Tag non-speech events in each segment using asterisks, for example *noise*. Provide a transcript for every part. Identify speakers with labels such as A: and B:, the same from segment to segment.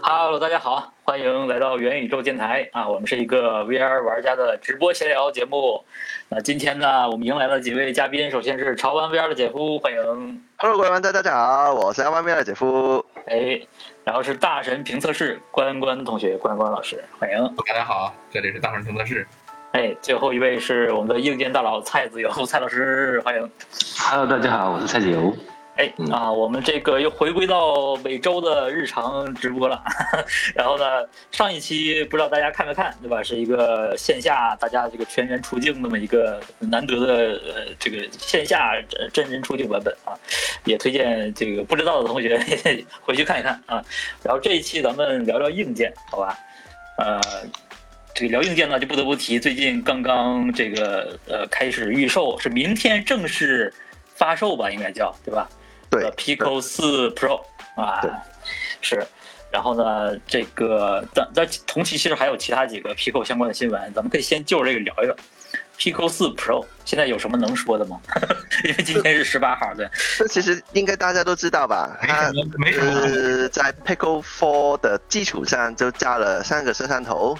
A: Hello，大家好，欢迎来到元宇宙电台啊！我们是一个 VR 玩家的直播闲聊节目。那今天呢，我们迎来了几位嘉宾，首先是潮玩 VR 的姐夫，欢迎。
B: Hello，各位玩家，大家好，我是 LYV 的姐夫。
A: 哎，然后是大神评测室关关同学，关关老师，欢迎。
C: 大家好，啊这里是大圣评测室。
A: 哎，最后一位是我们的硬件大佬蔡子游，蔡老师，欢迎。
D: Hello，大家好，我是蔡子游。
A: 哎
D: 嗯
A: 啊，我们这个又回归到每周的日常直播了。 *laughs* 然后呢，上一期不知道大家看没看，对吧？是一个线下大家这个全员出镜那么一个难得的呃这个线下呃真人出镜版本啊，也推荐这个不知道的同学 *laughs* 回去看一看啊。然后这一期咱们聊聊硬件，好吧？呃，这个聊硬件呢，就不得不提最近刚刚这个呃开始预售，是明天正式发售吧，应该叫对吧？
B: 对
A: 呃，Pico 四 Pro 啊
B: 对，
A: 是。然后呢，这个但但同期其实还有其他几个 Pico 相关的新闻，咱们可以先就这个聊一聊。Pico 四 Pro 现在有什么能说的吗？ *laughs* 因为今天是十八号，对，
B: 这其实应该大家都知
A: *laughs*
B: 道吧？
C: 没什
B: 它
C: 么，没什么。
B: 呃在 Pico Four 的基础上就加了三个摄像头，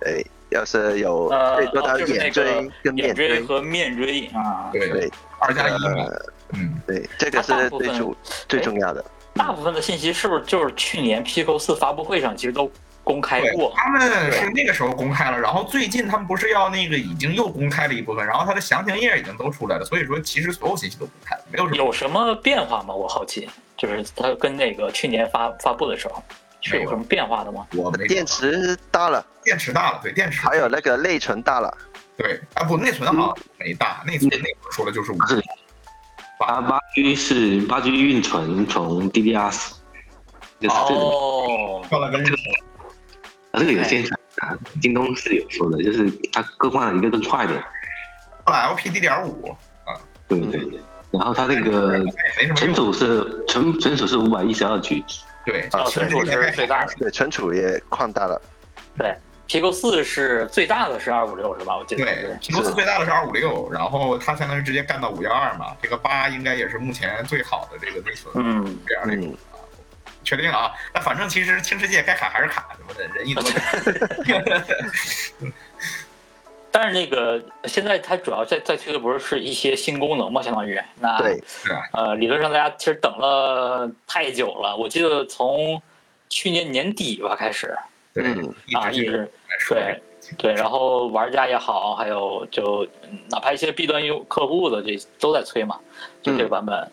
B: 对，要是有
A: 呃
B: 最多到
A: 哦就是那
B: 眼
A: 个
B: 锥跟
A: 眼
B: 面
A: 锥
B: 锥，
A: 和面锥啊，
C: 对，
B: 对
C: 二加一嘛。嗯，
B: 对，这个
A: 它大
B: 是
A: 部
B: 最
A: 分哎
B: 主最重要的。
A: 大部分的信息是不是就是去年 Pico 四发布会上其实都公开过？
C: 他们是那个时候公开了，然后最近他们不是要那个已经又公开了一部分，然后它的详情页已经都出来了，所以说其实所有信息都公开了，没有什么
A: 有什么变化吗？我好奇，就是它跟那个去年发发布的时候是有什么变化的吗？
C: 我没
B: 电池大了，
C: 电池大了，对电池
B: 还有那个内存大了，
C: 对啊不内存好像没大，内存那会儿说了就是五
D: 是八啊八 G 是八 G 运存从 DDR 四，就是这个，
A: 哦，
C: 换了个日
D: 啊这个有现场啊，京东是有说的，就是它更换了一个更快的，
C: 换了 LPDDR 五，
D: 对对
B: 嗯
D: 对。然后它那个
C: 也没什
D: 存
C: 么用。
D: 储是存存储是五百一十二 G，
C: 对，
A: 啊，存储是最大的。
B: 对，存储也扩大了，
A: Pico 四是最大的是二五六是吧？我记得
C: 对，公司最大的是二五六，然后它相当于直接干到五幺二嘛，这个八应该也是目前最好的这个内存，
A: 嗯，
C: 这样的
B: 嗯，
C: 确定了啊。那反正其实轻世界该卡还是卡，什么的人一多，
A: 但是那个现在它主要在在推的不是是一些新功能嘛，相当于那
B: 对，
A: 呃，理论上大家其实等了太久了，我记得从去年年底吧开始
C: *laughs* 对，
B: 嗯
C: 一
A: 啊，一
C: 直
A: 直
C: 来说这
A: 对
C: 个，
A: 对，然后玩家也好，还有就嗯哪怕一些 B 端用客户的这都在催嘛，就这个版本。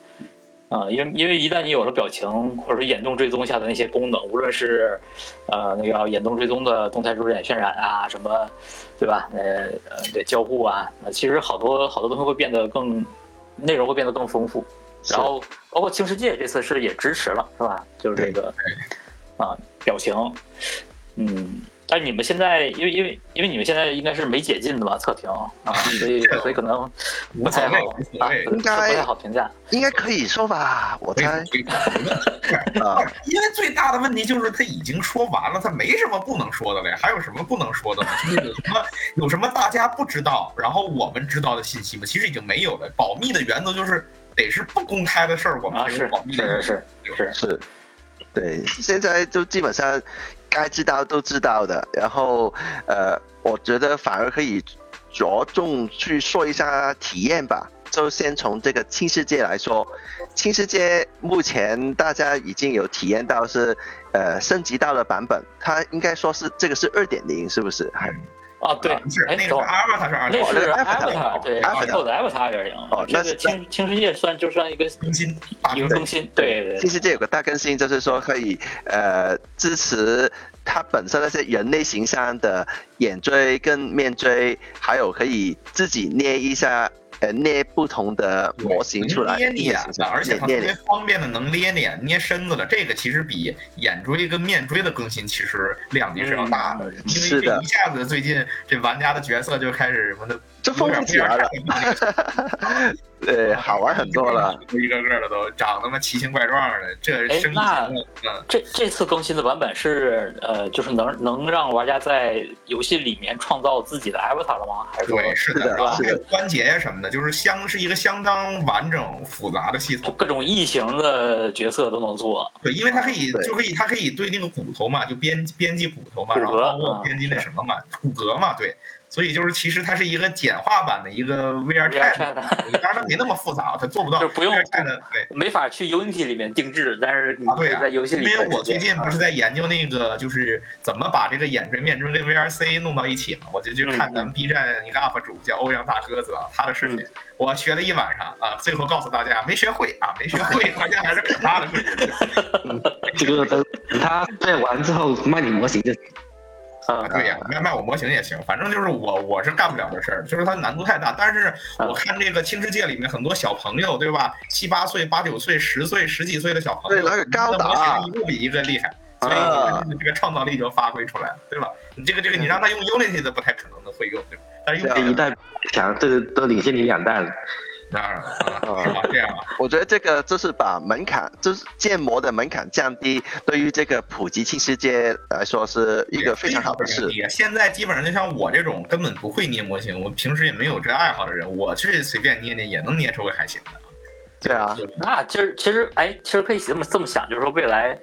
A: 啊、因为因为一旦你有了表情或者说眼动追踪下的那些功能，无论是，呃，那个眼动追踪的动态入眼渲染啊，什么，对吧？呃呃，对交互啊，呃其实好多好多东西会变得更，内容会变得更丰富。然后包括《轻世界》这次是也支持了，是吧？就是这个啊、表情，嗯。但是你们现在，因为因为因为你们现在应该是没解禁的吧测评啊，所以所以可能不太好
C: 无所
A: 啊，
C: 谓
A: 不
B: 应该
A: 不太好评价。
B: 应该可以说吧，我
A: *laughs*
B: 猜
C: 没什么 *laughs*
B: 啊，
C: 因为最大的问题就是他已经说完了，他没什么不能说的了呀，还有什么不能
A: *laughs*
C: 说的呢？就是有什么有什么大家不知道，然后我们知道的信息吗？其实已经没有了。保密的原则就是得是不公开的事儿，我们
A: 啊，
C: 才有
A: 是
C: 保密的
A: 是是是
C: 原则。
A: 是，
B: 是，对，现在就基本上该知道都知道的，然后呃，我觉得反而可以着重去说一下体验吧。就先从这个轻世界来说，轻世界目前大家已经有体验到是呃升级到了版本，它应该说是这个是二点零，是不是？还
A: 啊，对
C: 不是，
A: 哎，
C: 那个是
A: 懂。
C: 阿尔法，是阿尔
A: 那
C: 法，
A: 是
B: 哦那个
A: Avatar，
B: Avatar，
A: 对
B: Avatar
A: ，Pico 的 Avatar 二点零
B: 哦，
A: 啊这
B: 那
A: 个
B: 是
A: 轻轻世界算就算一个
C: 更新大
A: 一个更新，对对对，
B: 新世界有个大更新，就是说可以呃支持它本身那些人类形象的眼锥跟面锥，还有可以自己捏一下呃捏不同的模型出来，
C: 捏
B: 捏
C: 脸
B: 形
C: 的，
B: 象
C: 而且它
B: 捏捏
C: 特别
B: 脸，
C: 方便的能捏脸、捏身子了。这个其实比眼锥跟面锥的更新其实量级是要大的，
A: 嗯
C: 因
B: 是
C: 为这
B: 的
C: 一下子最近这玩家的角色就开始什么的
B: 就疯起来了。
C: 有点不一样
B: 呃，好玩很多了。，
C: 一个个的都长得嘛奇形怪状的，这
A: 哎
C: 生
A: 那
C: 嗯
A: 这这次更新的版本是呃，就是能能让玩家在游戏里面创造自己的 avatar 了吗？还是说
C: 对，是
B: 是的
C: 然后
B: 是
C: 还
B: 的
C: 有关节呀什么的，就是相是一个相当完整复杂的系统。
A: 各种异形的角色都能做？
C: 对，因为它可以
B: 对
C: 就可以，它可以对那个骨头嘛，就编编辑骨头嘛，
A: 骨骼
C: 然后包括
A: 嗯
C: 编辑那什么嘛，骨骼嘛，对。所以就是其实它是一个简化版的一个 VR
A: VR 啊
C: Chat，当然它没那么复杂，它做不到
A: 就是不用
C: VR Chat，对。
A: 没法去 Unity 里面定制，但是你
C: 啊
A: 可
C: 对
A: 以
C: 啊
A: 在游戏
C: 因
A: 里
C: 为
A: 面
C: 我最近不是在研究那个，就是怎么把这个眼锥、面锥跟 VRC 弄到一起嘛，我就去看
A: 嗯
C: 咱们 B 站一个 UP 主叫欧阳大鸽子啊，他的视频，我学了一晚上啊，最后告诉大家没学会啊，没学
A: *laughs*
C: 会，大家还是看他的视频。
D: 这个等等他在完之后卖你模型就
A: 啊，
C: 对呀、卖卖我模型也行，反正就是我我是干不了这事儿，就是它难度太大。但是
B: 嗯
C: 我看这个新世界里面很多小朋友，对吧？七八岁、八九岁、十岁、十几岁的小朋友，
B: 对那个高达
C: 那模型一个比一个厉害，所以
B: 啊
C: 你这个创造力就发挥出来了，对吧？你这个这个你
B: 嗯
C: 让他用 Unity 的不太可能的会用，对吧？但是用
D: 这
B: 啊
C: 这个
D: 一代强，这个都领先你两代了。
C: 当然了，啊是吧？
B: 嗯
C: 这样吧，
B: 我觉得这个就是把门槛，就是建模的门槛降低，对于这个普及新世界来说是一个非常好的事。
C: 也现在基本上就像我这种根本不会捏模型，我平时也没有这爱好的人，我去随便捏捏也能捏出个还行的。
B: 对啊，
C: 对吧
A: 那其实其实哎，其实可以这么这么想，就是说未来，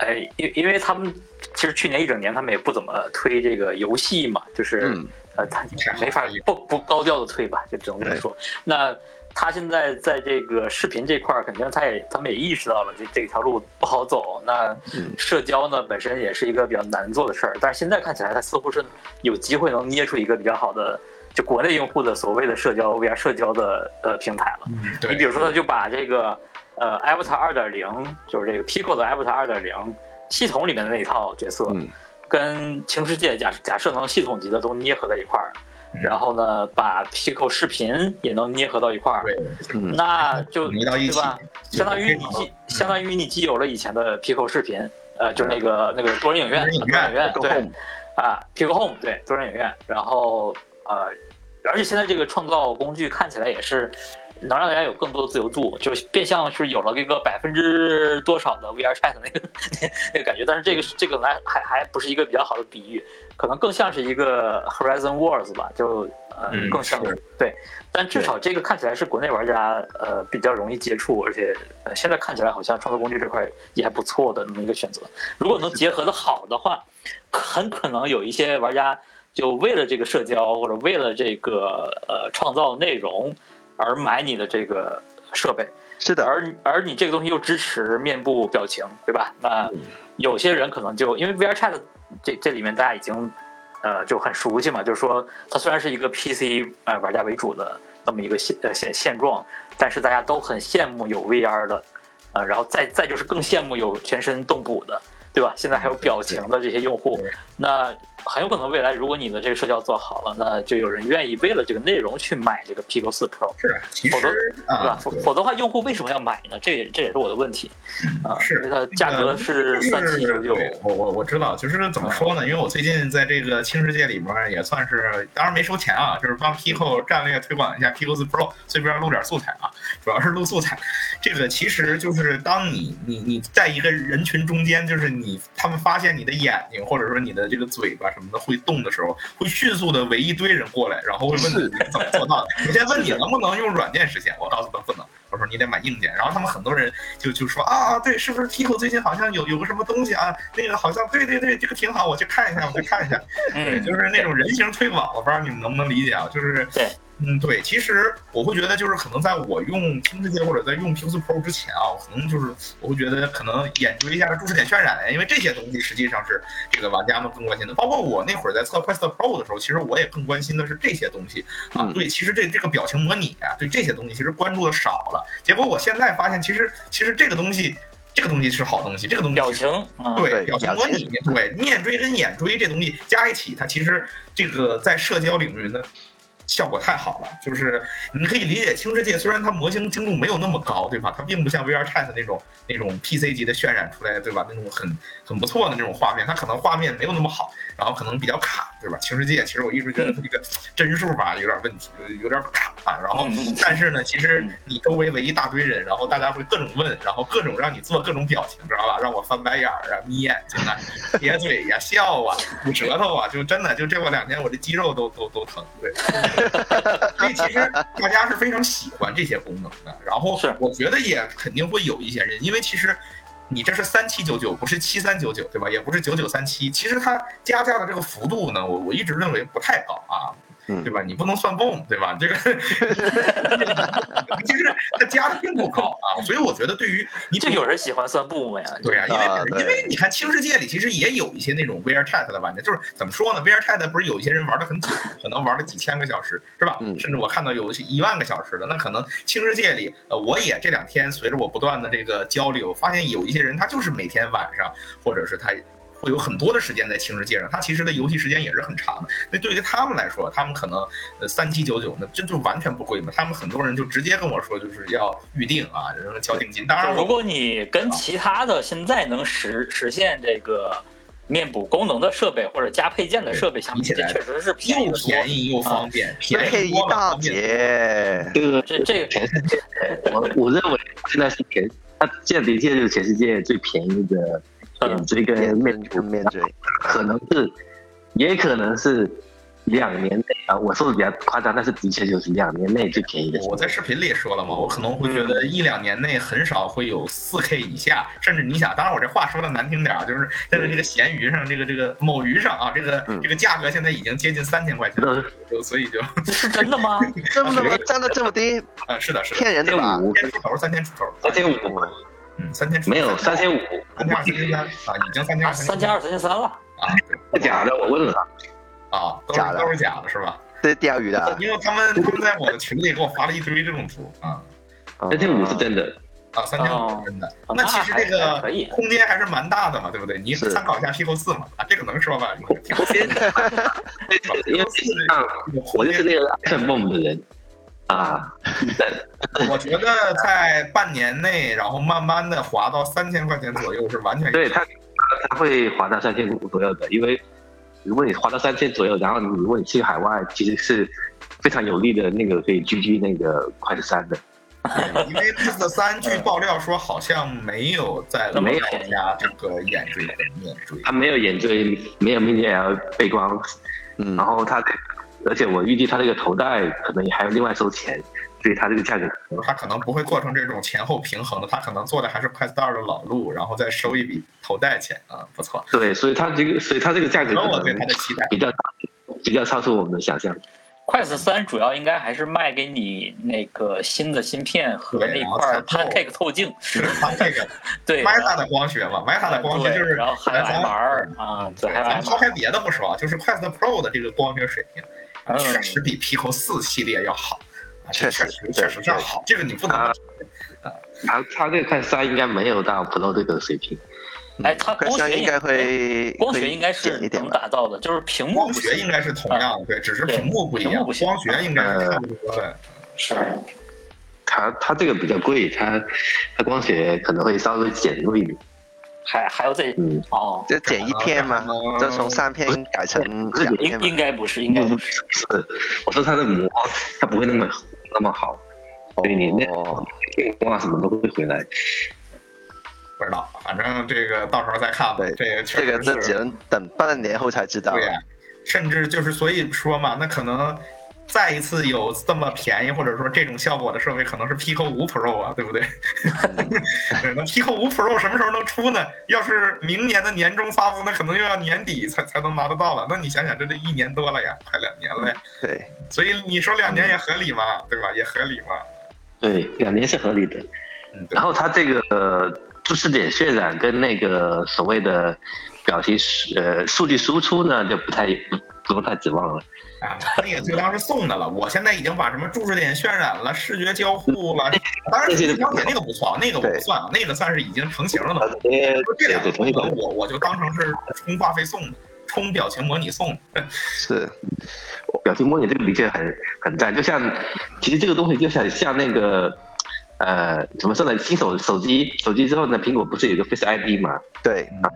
A: 哎，因因为他们其实去年一整年他们也不怎么推这个游戏嘛，就是、
B: 嗯
A: 呃，他没法不不高调的推吧，就只能这么说。那他现在在这个视频这块儿，肯定他也他们也意识到了这这条路不好走。那
B: 嗯
A: 社交呢本身也是一个比较难做的事儿，但是现在看起来他似乎是有机会能捏出一个比较好的，就国内用户的所谓的社交 VR 社交的呃平台了。
C: 嗯，
A: 你
C: 对
A: 比。如说，他就把这个呃 Avatar 二点零，就是这个 Pico 的 Avatar 二点零系统里面的那一套角色，
B: 嗯
A: 跟《情世界假》假设能系统级的都捏合在一块儿，
C: 嗯
A: 然后呢，把 Pico 视频也能捏合到一块儿，
C: 对，
B: 嗯，
A: 那就
C: 迷到一起
A: 对吧？
C: 就
A: 相当于
C: 非
A: 你
C: 常
A: 既相当于你既有了以前的 Pico 视频，呃，就是那个那个多人影院，
C: 多人影
A: 多
C: 院
A: 人影院
B: 够
A: 对
B: 用。
A: 啊，Pico Home 对多人影院，然后呃，而且现在这个创造工具看起来也是能让大家有更多的自由度，就是变相是有了一个百分之多少的 VR Chat 那个 *laughs* 那个感觉，但是这个这个来还还不是一个比较好的比喻，可能更像是一个 Horizon Worlds 吧，就呃、
C: 嗯
A: 更像
C: 是
A: 对，但至少这个看起来是国内玩家呃比较容易接触，而且、呃、现在看起来好像创作工具这块也还不错的那么一个选择。如果能结合的好的话，很可能有一些玩家就为了这个社交或者为了这个呃创造内容而买你的这个设备，
B: 是的，
A: 而而你这个东西又支持面部表情，对吧？那有些人可能就因为 VR Chat 这这里面大家已经呃就很熟悉嘛，就是说它虽然是一个 PC 呃玩家为主的那么一个现呃现现状，但是大家都很羡慕有 VR 的，呃，然后再再就是更羡慕有全身动捕的，对吧？现在还有表情的这些用户
C: 对，
A: 那很有可能未来如果你的这个社交做好了，那就有人愿意为了这个内容去买这个 Pico 4 Pro。
C: 是，啊其
A: 否则
C: 实
A: 对吧
C: 啊？，
A: 否否则的话，用户为什么要买呢？这也这也是我的问题啊，
C: 是呃
A: 因为它价格是
C: 就是
A: 三七九九，
C: 对我我我知道，就是怎么说呢？因为我最近在这个轻世界里边儿也算是，当然没收钱啊，就是帮 Pico 战略推广一下 Pico 4 Pro，随便录点素材啊，主要是录素材。这个其实就是当你你你在一个人群中间，就是你他们发现你的眼睛或者说你的这个嘴巴什么的会动的时候，会迅速的围一堆人过来，然后会问你怎么做到的。人家问你能不能用软件实现，我告诉他不能。我说你得买硬件，然后他们很多人就就说啊，对，是不是 Pico 最近好像有有个什么东西啊？那个好像对对对，这个挺好，我去看一下，我去看一下。对，
A: 嗯，
C: 就是那种人形推广，我不知道你们能不能理解啊？就是
A: 对，
C: 嗯，对，其实我会觉得就是可能在我用听世界或者在用 Pixel Pro 之前啊，我可能就是我会觉得可能研究一下注视点渲染呀，因为这些东西实际上是这个玩家们更关心的。包括我那会儿在测 Quest Pro 的时候，其实我也更关心的是这些东西啊
B: 嗯。
C: 对，其实这这个表情模拟啊，对这些东西其实关注的少了。结果我现在发现，其实其实这个东西。这个东西是好东西，这个东西
A: 表
C: 是
A: 情啊，嗯
C: 对，
B: 对
C: 表情
B: 表
C: 模拟
B: 情，
C: 对面锥跟眼锥这东西加一起，它其实这个在社交领域呢。效果太好了，就是你可以理解轻世界，虽然它模型精度没有那么高，对吧？它并不像 VR Chat 那种那种 PC 级的渲染出来，对吧？那种很很不错的那种画面，它可能画面没有那么好，然后可能比较卡，对吧？情世界其实我一直觉得这个帧数吧有点问题，有点卡。啊然后但是呢，其实你周围围一大堆人，然后大家会各种问，然后各种让你做各种表情，知道吧？让我翻白眼儿啊、眯眼睛啊、咧嘴呀、笑啊、吐舌头啊，就真的就这我两天我这肌肉都都都疼。对， *laughs* 所以其实大家是非常喜欢这些功能的。然后
A: 是
C: 我觉得也肯定会有一些人，因为其实。你这是三七九九，不是七三九九，对吧？也不是九九三七。其实它加价的这个幅度呢，我我一直认为不太高啊，
B: 嗯
C: 对吧？你不能算蹦，对吧？这个其实它加的并不高啊，所以我觉得对于你
A: 就有人喜欢散步嘛呀？
C: 对呀、
B: 啊
C: 因为因
B: 对
C: 为你看《轻世界》里其实也有一些那种 VR Chat 的玩家，就是怎么说呢？VR Chat 不是有一些人玩的很久，可能玩了几千个小时，是吧？
B: 嗯
C: 甚至我看到有一万个小时的，那可能《轻世界》里，呃，我也这两天随着我不断的这个交流，发现有一些人他就是每天晚上，或者是他。会有很多的时间在《轻世界》上，他其实的游戏时间也是很长的。那对于他们来说，他们可能呃三七九九，那这就完全不贵嘛。他们很多人就直接跟我说，就是要预定啊，然后交定金。当然
A: 就
C: 我，
A: 如果你跟其他的现在能实实现这个面部功能的设备或者加配件的设备相比，
C: 比起
A: 这
C: 来
A: 确实是便宜
C: 又
A: 的多。
C: 便宜又方便，
B: 配
C: 便宜
B: 一
C: 多了
B: 大
C: 方便。
B: 截，
D: 这个
A: 这这
D: 全世界，我我认为现在是全，它现在的确是全世界最便宜的
A: 呃
D: 眼锥跟面
B: 嗯面
D: 部
B: 跟，面对，
D: 可能是，也可能是两年内啊，我说的比较夸张，但是的确就是两年内最便宜的。
C: 我在视频里也说了嘛，我可能会觉得一两年内很少会有四 K 以下，甚至你想，当然我这话说的难听点儿，就是现在这个闲鱼上，这个这个某鱼上啊，这个
B: 嗯
C: 这个价格现在已经接近三千块钱了，就所以就
A: 就是真的
C: *laughs*
A: 吗？
B: 这么么站的这么低，
C: 啊，是的，是的，
B: 骗人的吧？
D: 五，
C: 千出头，三千出头，
D: 三千五，
C: 嗯，三千出头
D: 没有三千五，
C: 三千二、三千三啊，已经三千
A: 啊，
C: 二、
A: 三千
C: 二
A: 二、三千三了。
C: 啊，对
D: 假的，我问了，
C: 啊，都是
B: 假的
C: 都是假的，是吧？
B: 这是钓鱼的啊，
C: 因为他们他们在我的群里给我发了一堆这种图啊。
D: 三千五是真的。
C: 啊，三千五真的，那其实这
A: 啊那还
C: 个
A: 可以
C: 空间还是蛮大的嘛，对不对？你
B: 是
C: 参考一下 P Q 四嘛，啊，这个能说吧？
D: 因为像啊我就是那个爱梦的人啊，
C: *laughs* 我觉得在半年内，然后慢慢的滑到三千块钱左右是完全
D: 对他他会滑到三千五左右的，因为如果你滑到三千左右，然后你如果你去海外，其实是非常有利的那个可以狙击那个快速三的，
C: 因为 PS 三据爆料说好像 *laughs* 没有在
A: 没
C: 欧
A: 有
C: 洲加这个眼锥和面锥，
D: 他没有眼锥，没有 mini L 背光，
B: 嗯
D: 然，后他，而且我预计他这个头戴可能也还要另外收钱，所以他这个价格
C: 他可能不会做成这种前后平衡的，他可能做的还是 Quest 二的老路，然后再收一笔头戴钱啊，不错，
D: 对，所以他这个，所以他这个价格
C: 然后我
D: 可
C: 对他
D: 能
C: 的期待。
D: 比较比较超出我们的想象。
A: Quest 三主要应该还是卖给你那个新的芯片和
C: 对
A: 那
C: 然后
A: 块
C: 采购
A: Pancake 透镜，
C: *laughs* 是他这个
A: 对，嗯
C: Meta 的光学嘛，Meta 的光学就是
A: 对然后还有
C: 咱
A: MR 啊，对，
C: 对，
A: 还有
C: 咱抛
A: MR，
C: 开别的不说啊，就是 Quest Pro 的这个光学水平，
A: 嗯
C: 确实比 Pico 四系列要好，啊
B: 确实
C: 确实确实是要好，这个你不能
D: 啊他他这个快三应该没有到 Pro 这个水平，
A: 哎，它
B: 快
A: 光
B: 三
A: 学
B: 应该会
A: 光学应该是
B: 会减一点
A: 能
B: 吧？
A: 打造的，就是屏幕
C: 光
A: 不
C: 学应
A: 行，
C: 该是同样的，对，只是
A: 对
C: 屏幕不一
A: 屏
C: 样，
A: 幕不行
C: 光学应该是差不多的。
A: 是
D: 他他这个比较贵，他他光学可能会稍微减弱一点。
A: 还还要再
D: 嗯，
A: 哦，
B: 就减一片吗？
C: 嗯
B: 就从三片改成两
A: 应
B: 片吗？
A: 应该不是，应该不是。
D: 是，我说他的膜它不会那么那么好，所以你那
B: 哦，
D: 电光啊什么都会回来。
C: 不知道，反正这个到时候再看吧
B: 对。
C: 这个确
B: 这个
C: 实
B: 这只
C: 是，
B: 能等半年后才知道
C: 对。呀，甚至就是所以说嘛，那可能。再一次有这么便宜或者说这种效果的设备，可能是 Pico 五 Pro 啊，对不对？ *laughs* 对，那 Pico 五 Pro 什么时候能出呢？要是明年的年中发布，那可能又要年底才才能拿得到了。那你想想，这这一年多了呀，快两年了呀。
B: 对，
C: 所以你说两年也合理嘛，对吧？也合理嘛。
D: 对，两年是合理的。
C: 嗯，对
D: 然后它这个呃注视点渲染跟那个所谓的表情输呃数据输出呢，就不太不不用太指望了。
C: 啊，那个就当是送的了。我现在已经把什么注视点渲染了、视觉交互了，当然视觉交互那个不算，那个我不算，那个算是已经成型了嘛。
D: 对
C: 这两个
D: 对，同意同意。
C: 我我就当成是充话费送的，充表情模拟送的。
B: 是
D: 表情模拟这个的确很很赞，就像其实这个东西就像像那个呃，怎么说呢？新手手机手机之后呢，苹果不是有一个 Face ID 嘛？
B: 对，
D: 啊，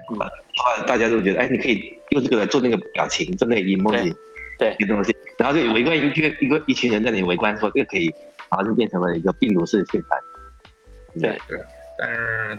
D: 大家都觉得，哎，你可以用这个来做那个表情，做那个 emoji，
A: 对对
D: 这个东西，然后就围观一个一个一群人在那里围观，说这个可以，然后就变成了一个病毒式宣传。
C: 但是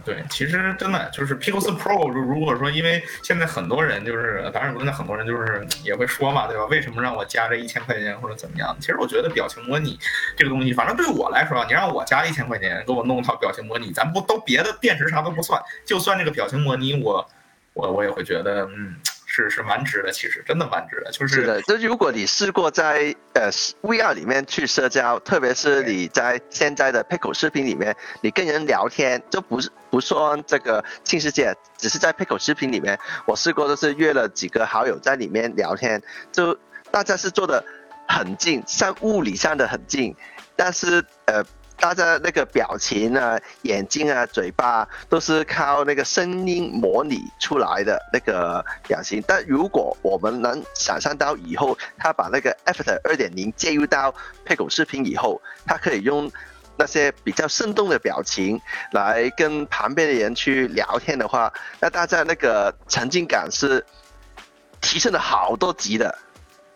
C: 对，其实真的就是 Pixel 4 Pro，如如果说因为现在很多人就是，当然不是很多人就是也会说嘛，对吧？为什么让我加这一千块钱或者怎么样？其实我觉得表情模拟这个东西，反正对我来说啊，你让我加一千块钱给我弄一套表情模拟，咱不都别的电池啥都不算，就算这个表情模拟，我我我也会觉得，嗯，是是蛮值的，其实真的蛮值的，就是
B: 是的，就如果你试过在呃 VR 里面去社交，特别是你在现在的 Pickle 视频里面，你跟人聊天，就不是不说这个新世界，只是在 Pickle 视频里面，我试过就是约了几个好友在里面聊天，就大家是坐的很近，像物理上的很近，但是呃。大家那个表情啊、眼睛啊、嘴巴、啊、都是靠那个声音模拟出来的那个表情。但如果我们能想象到以后，他把那个 After 二点零介入到 Pickle 视频以后，他可以用那些比较生动的表情来跟旁边的人去聊天的话，那大家那个沉浸感是提升了好多级的，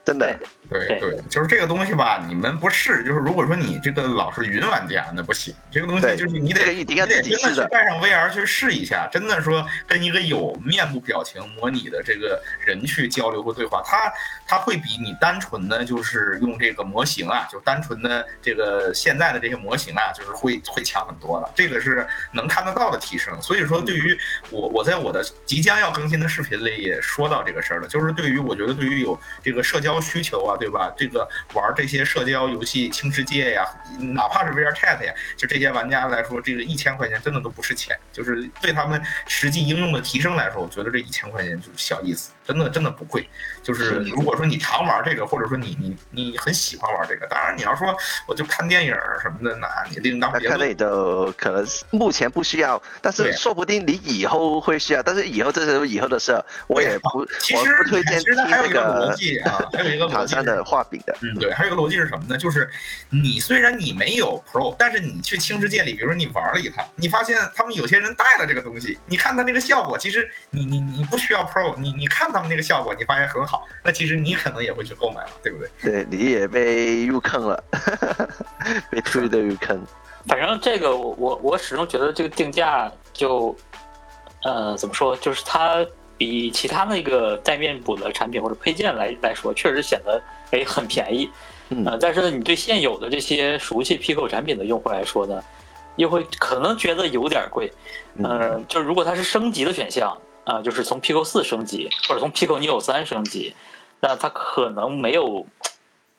B: 真的。
C: 对
A: 对
C: 对，就是这个东西吧，你们不试，就是如果说你这个老是云玩家，那不行。这个东西
B: 对
C: 就是你
B: 这
C: 得
B: 个
C: 你
B: 一
C: 得
B: 定
C: 真
B: 要
C: 的
B: 自己试
C: 去
B: 的
C: 带上 VR 去试一下，真的说跟一个有面部表情模拟的这个人去交流或对话，它它会比你单纯的就是用这个模型啊，就单纯的这个现在的这些模型啊，就是会会强很多的。这个是能看得到的提升。所以说，对于我我在我的即将要更新的视频里也说到这个事儿了，就是对于我觉得对于有这个社交需求啊，对吧？这个玩这些社交游戏《轻世界》呀，哪怕是 VR Chat 呀，就这些玩家来说，这个一千块钱真的都不是钱，就是对他们实际应用的提升来说，我觉得这一千块钱就是小意思，真的真的不贵。就是如果说你常玩这个，或者说你你你很喜欢玩这个，当然你要说我就看电影儿什么的，那你另当
B: 那
C: 别
B: 看
C: 论。
B: 类的可能是目前不需要，但
C: 对啊
B: 是说不定你以后会需要，但是以后这是以后的事儿，我也不，
C: 其
B: 我
C: 实
B: 不推荐
C: 其
B: 听
C: 实它还有
B: 那
C: 一个逻
B: 个
C: 辑
B: *laughs*
C: 啊，还有一个逻
B: 厂
C: 辑
B: 商
C: 是
B: 的画饼的。
C: 嗯，对，还有一个逻辑是什么呢？就是你虽然你没有 Pro，但是你去轻世界里，比如说你玩了一趟，你发现他们有些人带了这个东西，你看他那个效果，其实你你你不需要 Pro，你你看他们那个效果，你发现很好，那其实你可能也会去购买了，对不对？
B: 对，你也被入坑了， *laughs* 被推的入坑。
A: 反正这个我我我始终觉得这个定价就，呃，怎么说，就是它比其他那个带面部的产品或者配件来来说，确实显得哎很便宜，
B: 嗯
A: 呃，但是呢，你对现有的这些熟悉 Pico 产品的用户来说呢，又会可能觉得有点贵，呃，就是如果它是升级的选项啊、就是从 Pico 四升级或者从 Pico Neo 三升级，那它可能没有，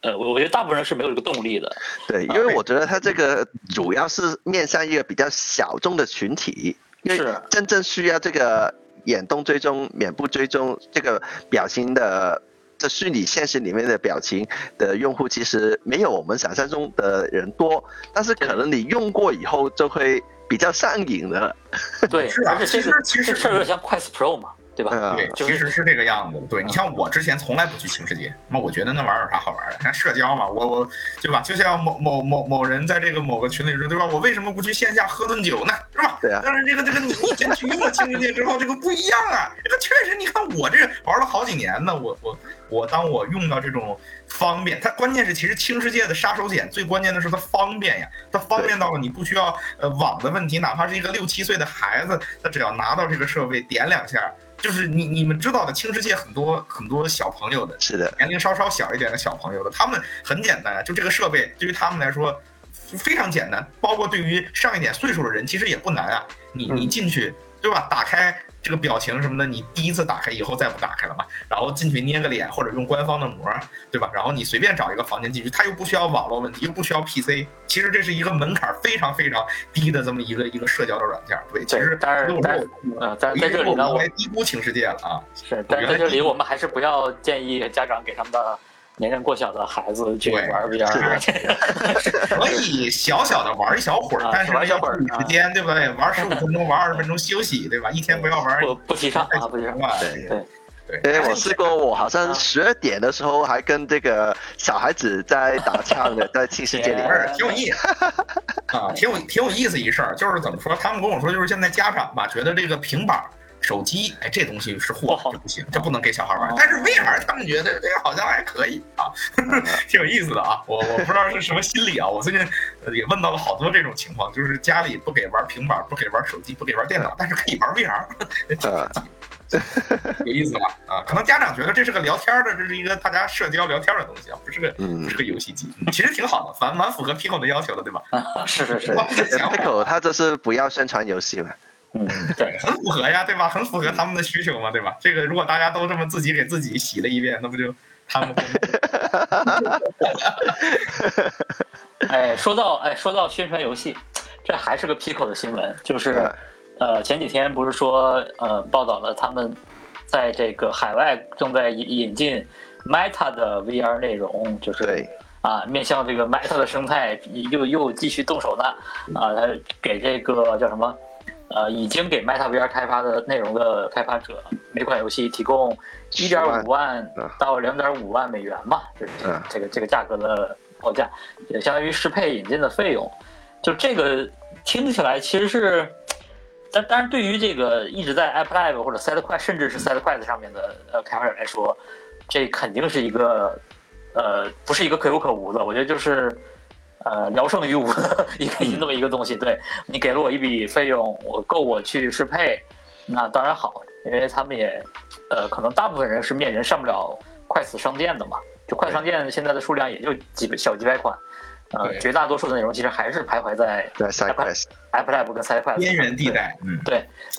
A: 呃，我我觉得大部分人是没有这个动力的，
B: 对，因为我觉得它这个主要是面向一个比较小众的群体，因为
A: 是
B: 真正需要这个眼动追踪、脸部追踪这个表情的。这虚拟现实里面的表情的用户其实没有我们想象中的人多，但是可能你用过以后就会比较上瘾了。
A: *laughs* 对，
C: 是啊
A: 而且
C: 其
A: 这
C: 实
A: 个
C: 其实
A: 这事儿有点像快 u Pro 嘛，对吧？
B: 嗯，
C: 对，啊
A: 就
C: 其
A: 是
C: 实是这个样子的。对你像我之前从来不去轻世界，那我觉得那玩意儿有啥好玩的？那社交嘛，我我对吧？就像某某某某人在这个某个群里说，对吧？我为什么不去线下喝顿酒呢？是吧？
B: 对啊
C: 但是这个这个你你真去用了轻世界之后，这个不一样啊！这个确实，你看我这玩了好几年呢，我我我当我用到这种方便，它关键是其实轻世界的杀手锏最关键的是它方便呀，它方便到了你不需要呃网的问题，哪怕是一个六七岁的孩子，他只要拿到这个设备点两下，就是你你们知道的轻世界很多很多小朋友的
B: 是的，
C: 年龄稍稍小一点的小朋友的，他们很简单啊，就这个设备对于他们来说非常简单，包括对于上一点岁数的人其实也不难啊。你
A: 嗯
C: 你进去对吧？打开这个表情什么的，你第一次打开以后再不打开了嘛。然后进去捏个脸或者用官方的膜，对吧？然后你随便找一个房间进去，它又不需要网络问题，又不需要 PC，其实这是一个门槛非常非常低的这么一个一个社交的软件。对，其实
A: 当然
C: 我
A: 当然
C: 我
A: 呃，但是在这里呢，
C: 我
A: 我
C: 还低估轻世界了啊。
A: 是，但是在这里我们还是不要建议家长给他们的年龄过小的孩子去玩儿 *laughs* VR。
C: 可以小小的玩一小会儿
A: 啊，
C: 但是呢
A: 玩一小
C: 要
A: 会儿啊
C: 注意时间，对不对？玩十五分钟，玩二十分钟休息，对吧？一天不要玩
A: 不不提倡啊，不提倡。
C: 对
B: 对
A: 对
C: 对，
B: 因为我试过，我好像十二点的时候还跟这个小孩子在打枪的，在新世界里
C: 不
B: 面。
C: 是挺有意思啊，挺有挺有意思一事儿，就是怎么说？他们跟我说，就是现在家长吧，觉得这个平板儿、手机，哎，这东西是
A: 不
C: 货
A: 好，
C: 这不行，这不能给小孩玩
A: 哦。嗯
C: 但是 VR 他们觉得这个好像还可以啊， *laughs* 挺有意思的啊。我我不知道是什么心理啊，我最近呃也问到了好多这种情况，就是家里不给玩平板儿，不给玩手机，不给玩电脑，但是可以玩 VR。
B: 呃，
C: 有意思吧？啊，可能家长觉得这是个聊天儿的，这是一个大家社交聊天儿的东西啊，不是个
B: 嗯
C: 不是个游戏机，嗯其实挺好的，蛮蛮符合 Pico 的要求的，对吧？
A: 啊是是
C: *laughs*
A: 是，
C: 哇这
B: 对
C: 想法
B: Pico 他这是不要宣传游戏了。
A: 嗯，对，
C: 很符合呀，对吧？很符合他们的需求嘛，对吧？这个如果大家都这么自己给自己洗了一遍，那不就
B: *laughs*
C: 他们会
A: 哎，说到哎，说到宣传游戏，这还是个 Pico 的新闻，就是
B: 嗯
A: 呃前几天不是说呃报道了他们在这个海外正在引引进 Meta 的 VR 内容，就是
B: 对，
A: 啊，面向这个 Meta 的生态又又继续动手呢，啊，他给这个叫什么，呃，已经给 Meta VR 开发的内容的开发者每款游戏提供一点
B: 10
A: 五万
B: 嗯
A: 到两点五万美元嘛，就是这
B: 嗯
A: 个这个这个价格的报价，也相当于适配引进的费用。就这个听起来其实是，但但是对于这个一直在 App Lab 或者 SideQuest 甚至是 SideQuest 上面的呃开发者来说，这肯定是一个呃不是一个可有可无的，我觉得就是呃聊胜于无的一个 *laughs* 这么一个东西。对你给了我一笔费用，我够我去适配，那当然好，因为他们也呃可能大部分人是面临上不了快死商店的嘛，就快商店现在的数量也就几百小几百款。呃，
C: 对
A: 绝大多数的内容其实还是徘徊在 *laughs*
B: 在 SideQuest。
A: Apple Lab 跟 SideQuest
C: 边缘地带？嗯，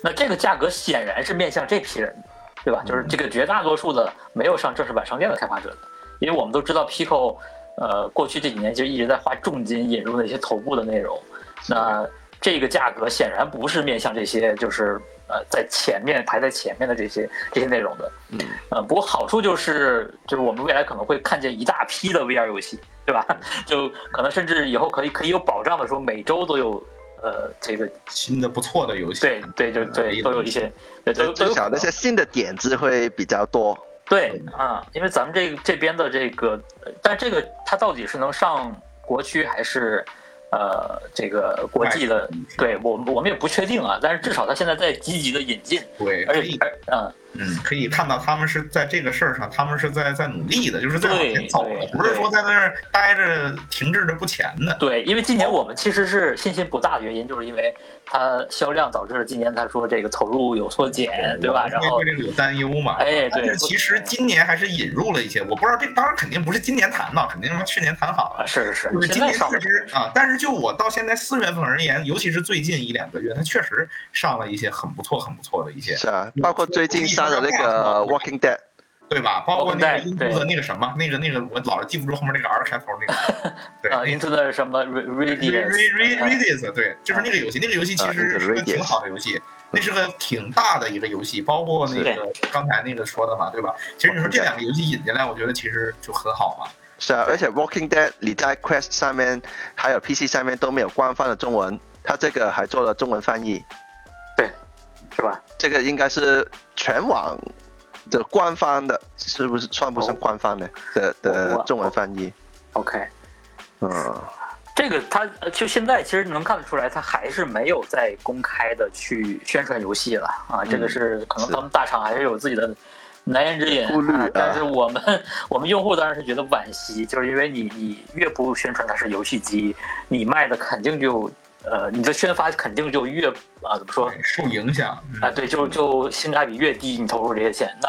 A: 那这个价格显然是面向这批人的，对吧？就是这个绝大多数的没有上正式版商店的开发者的，因为我们都知道 Pico，呃，过去这几年其实一直在花重金引入那些头部的内容，那这个价格显然不是面向这些就是呃在前面排在前面的这些这些内容的，
B: 嗯
A: 呃，不过好处就是就是我们未来可能会看见一大批的 VR 游戏，对吧？ *laughs* 就可能甚至以后可以可以有保障的说每周都有。呃，这个
C: 新的不错的游戏，
A: 对对，就
C: 嗯
A: 对，都有一些，对，都
B: 就
A: 都有
B: 至
A: 可
B: 少那
A: 能
B: 些新的点子会比较多。
A: 对啊，因为咱们这这边的这个，呃但这个它到底是能上国区还是呃这个国际的？对我我们也不确定啊，但是至少它现在在积极的引进，
C: 对，
A: 而
C: 可以
A: 且而嗯
C: 嗯，可以看到他们是在这个事儿上，他们是在在努力的，就是在往前走的
A: 对，
C: 不是说在那儿待着停滞着不前的。
A: 对，因为今年我们其实是信心不大的原因，就是因为它销量导致了今年他说这个投入有缩减，对吧？然后
C: 对这个有担忧嘛？
A: 哎
C: 但
A: 对
C: 是，其实今年还是引入了一些，我不知道这当然肯定不是今年谈的，肯定是去年谈好
A: 啊
C: 了。
A: 是是
C: 就是
A: 是，现
C: 今
A: 在
C: 年
A: 上
C: 确实啊，但是就我到现在四月份而言，尤其是最近一两个月，它确实上了一些很不错、很不错的一些，
B: 是啊，包括最近上的那个《Walking Dead》，
C: 对吧？包括那个印度
A: 对
C: 的那个什么，那个那个，我老是记不住后面那个 R 开头那
A: *laughs*
C: 个，对，
A: 啊
C: 那个
A: ，into 的什么
C: r e
A: radius，嗯
C: r e r e d i s 对，就是那个游戏，那个游戏
A: 啊
C: 其实是个挺好的游戏，那是个挺大的一个游戏，包括那个刚才那个说的嘛，对吧？其实你说这两个游戏引进来，我觉得其实就很好嘛。
B: 是啊，而且《Walking Dead》你在 Quest 上面还有 PC 上面都没有官方的中文，它这个还做了中文翻译，
A: 是吧？
B: 这个应该是全网的官方的，是不是算不上官方的的的中文翻译？
A: OK，
B: 嗯，
A: 这个他呃就现在其实能看得出来，他还是没有在公开的去宣传游戏了啊。
B: 嗯
A: 这个是可能
B: 是
A: 他们大厂还是有自己的难言之隐
B: 顾虑
A: 啊
B: 啊
A: 但是我们我们用户当然是觉得惋惜，就是因为你你越不宣传它是游戏机，你卖的肯定就呃你的宣发肯定就越啊怎么说
C: 受影响，嗯
A: 啊，对，就就性价比越低，你投入这些钱，那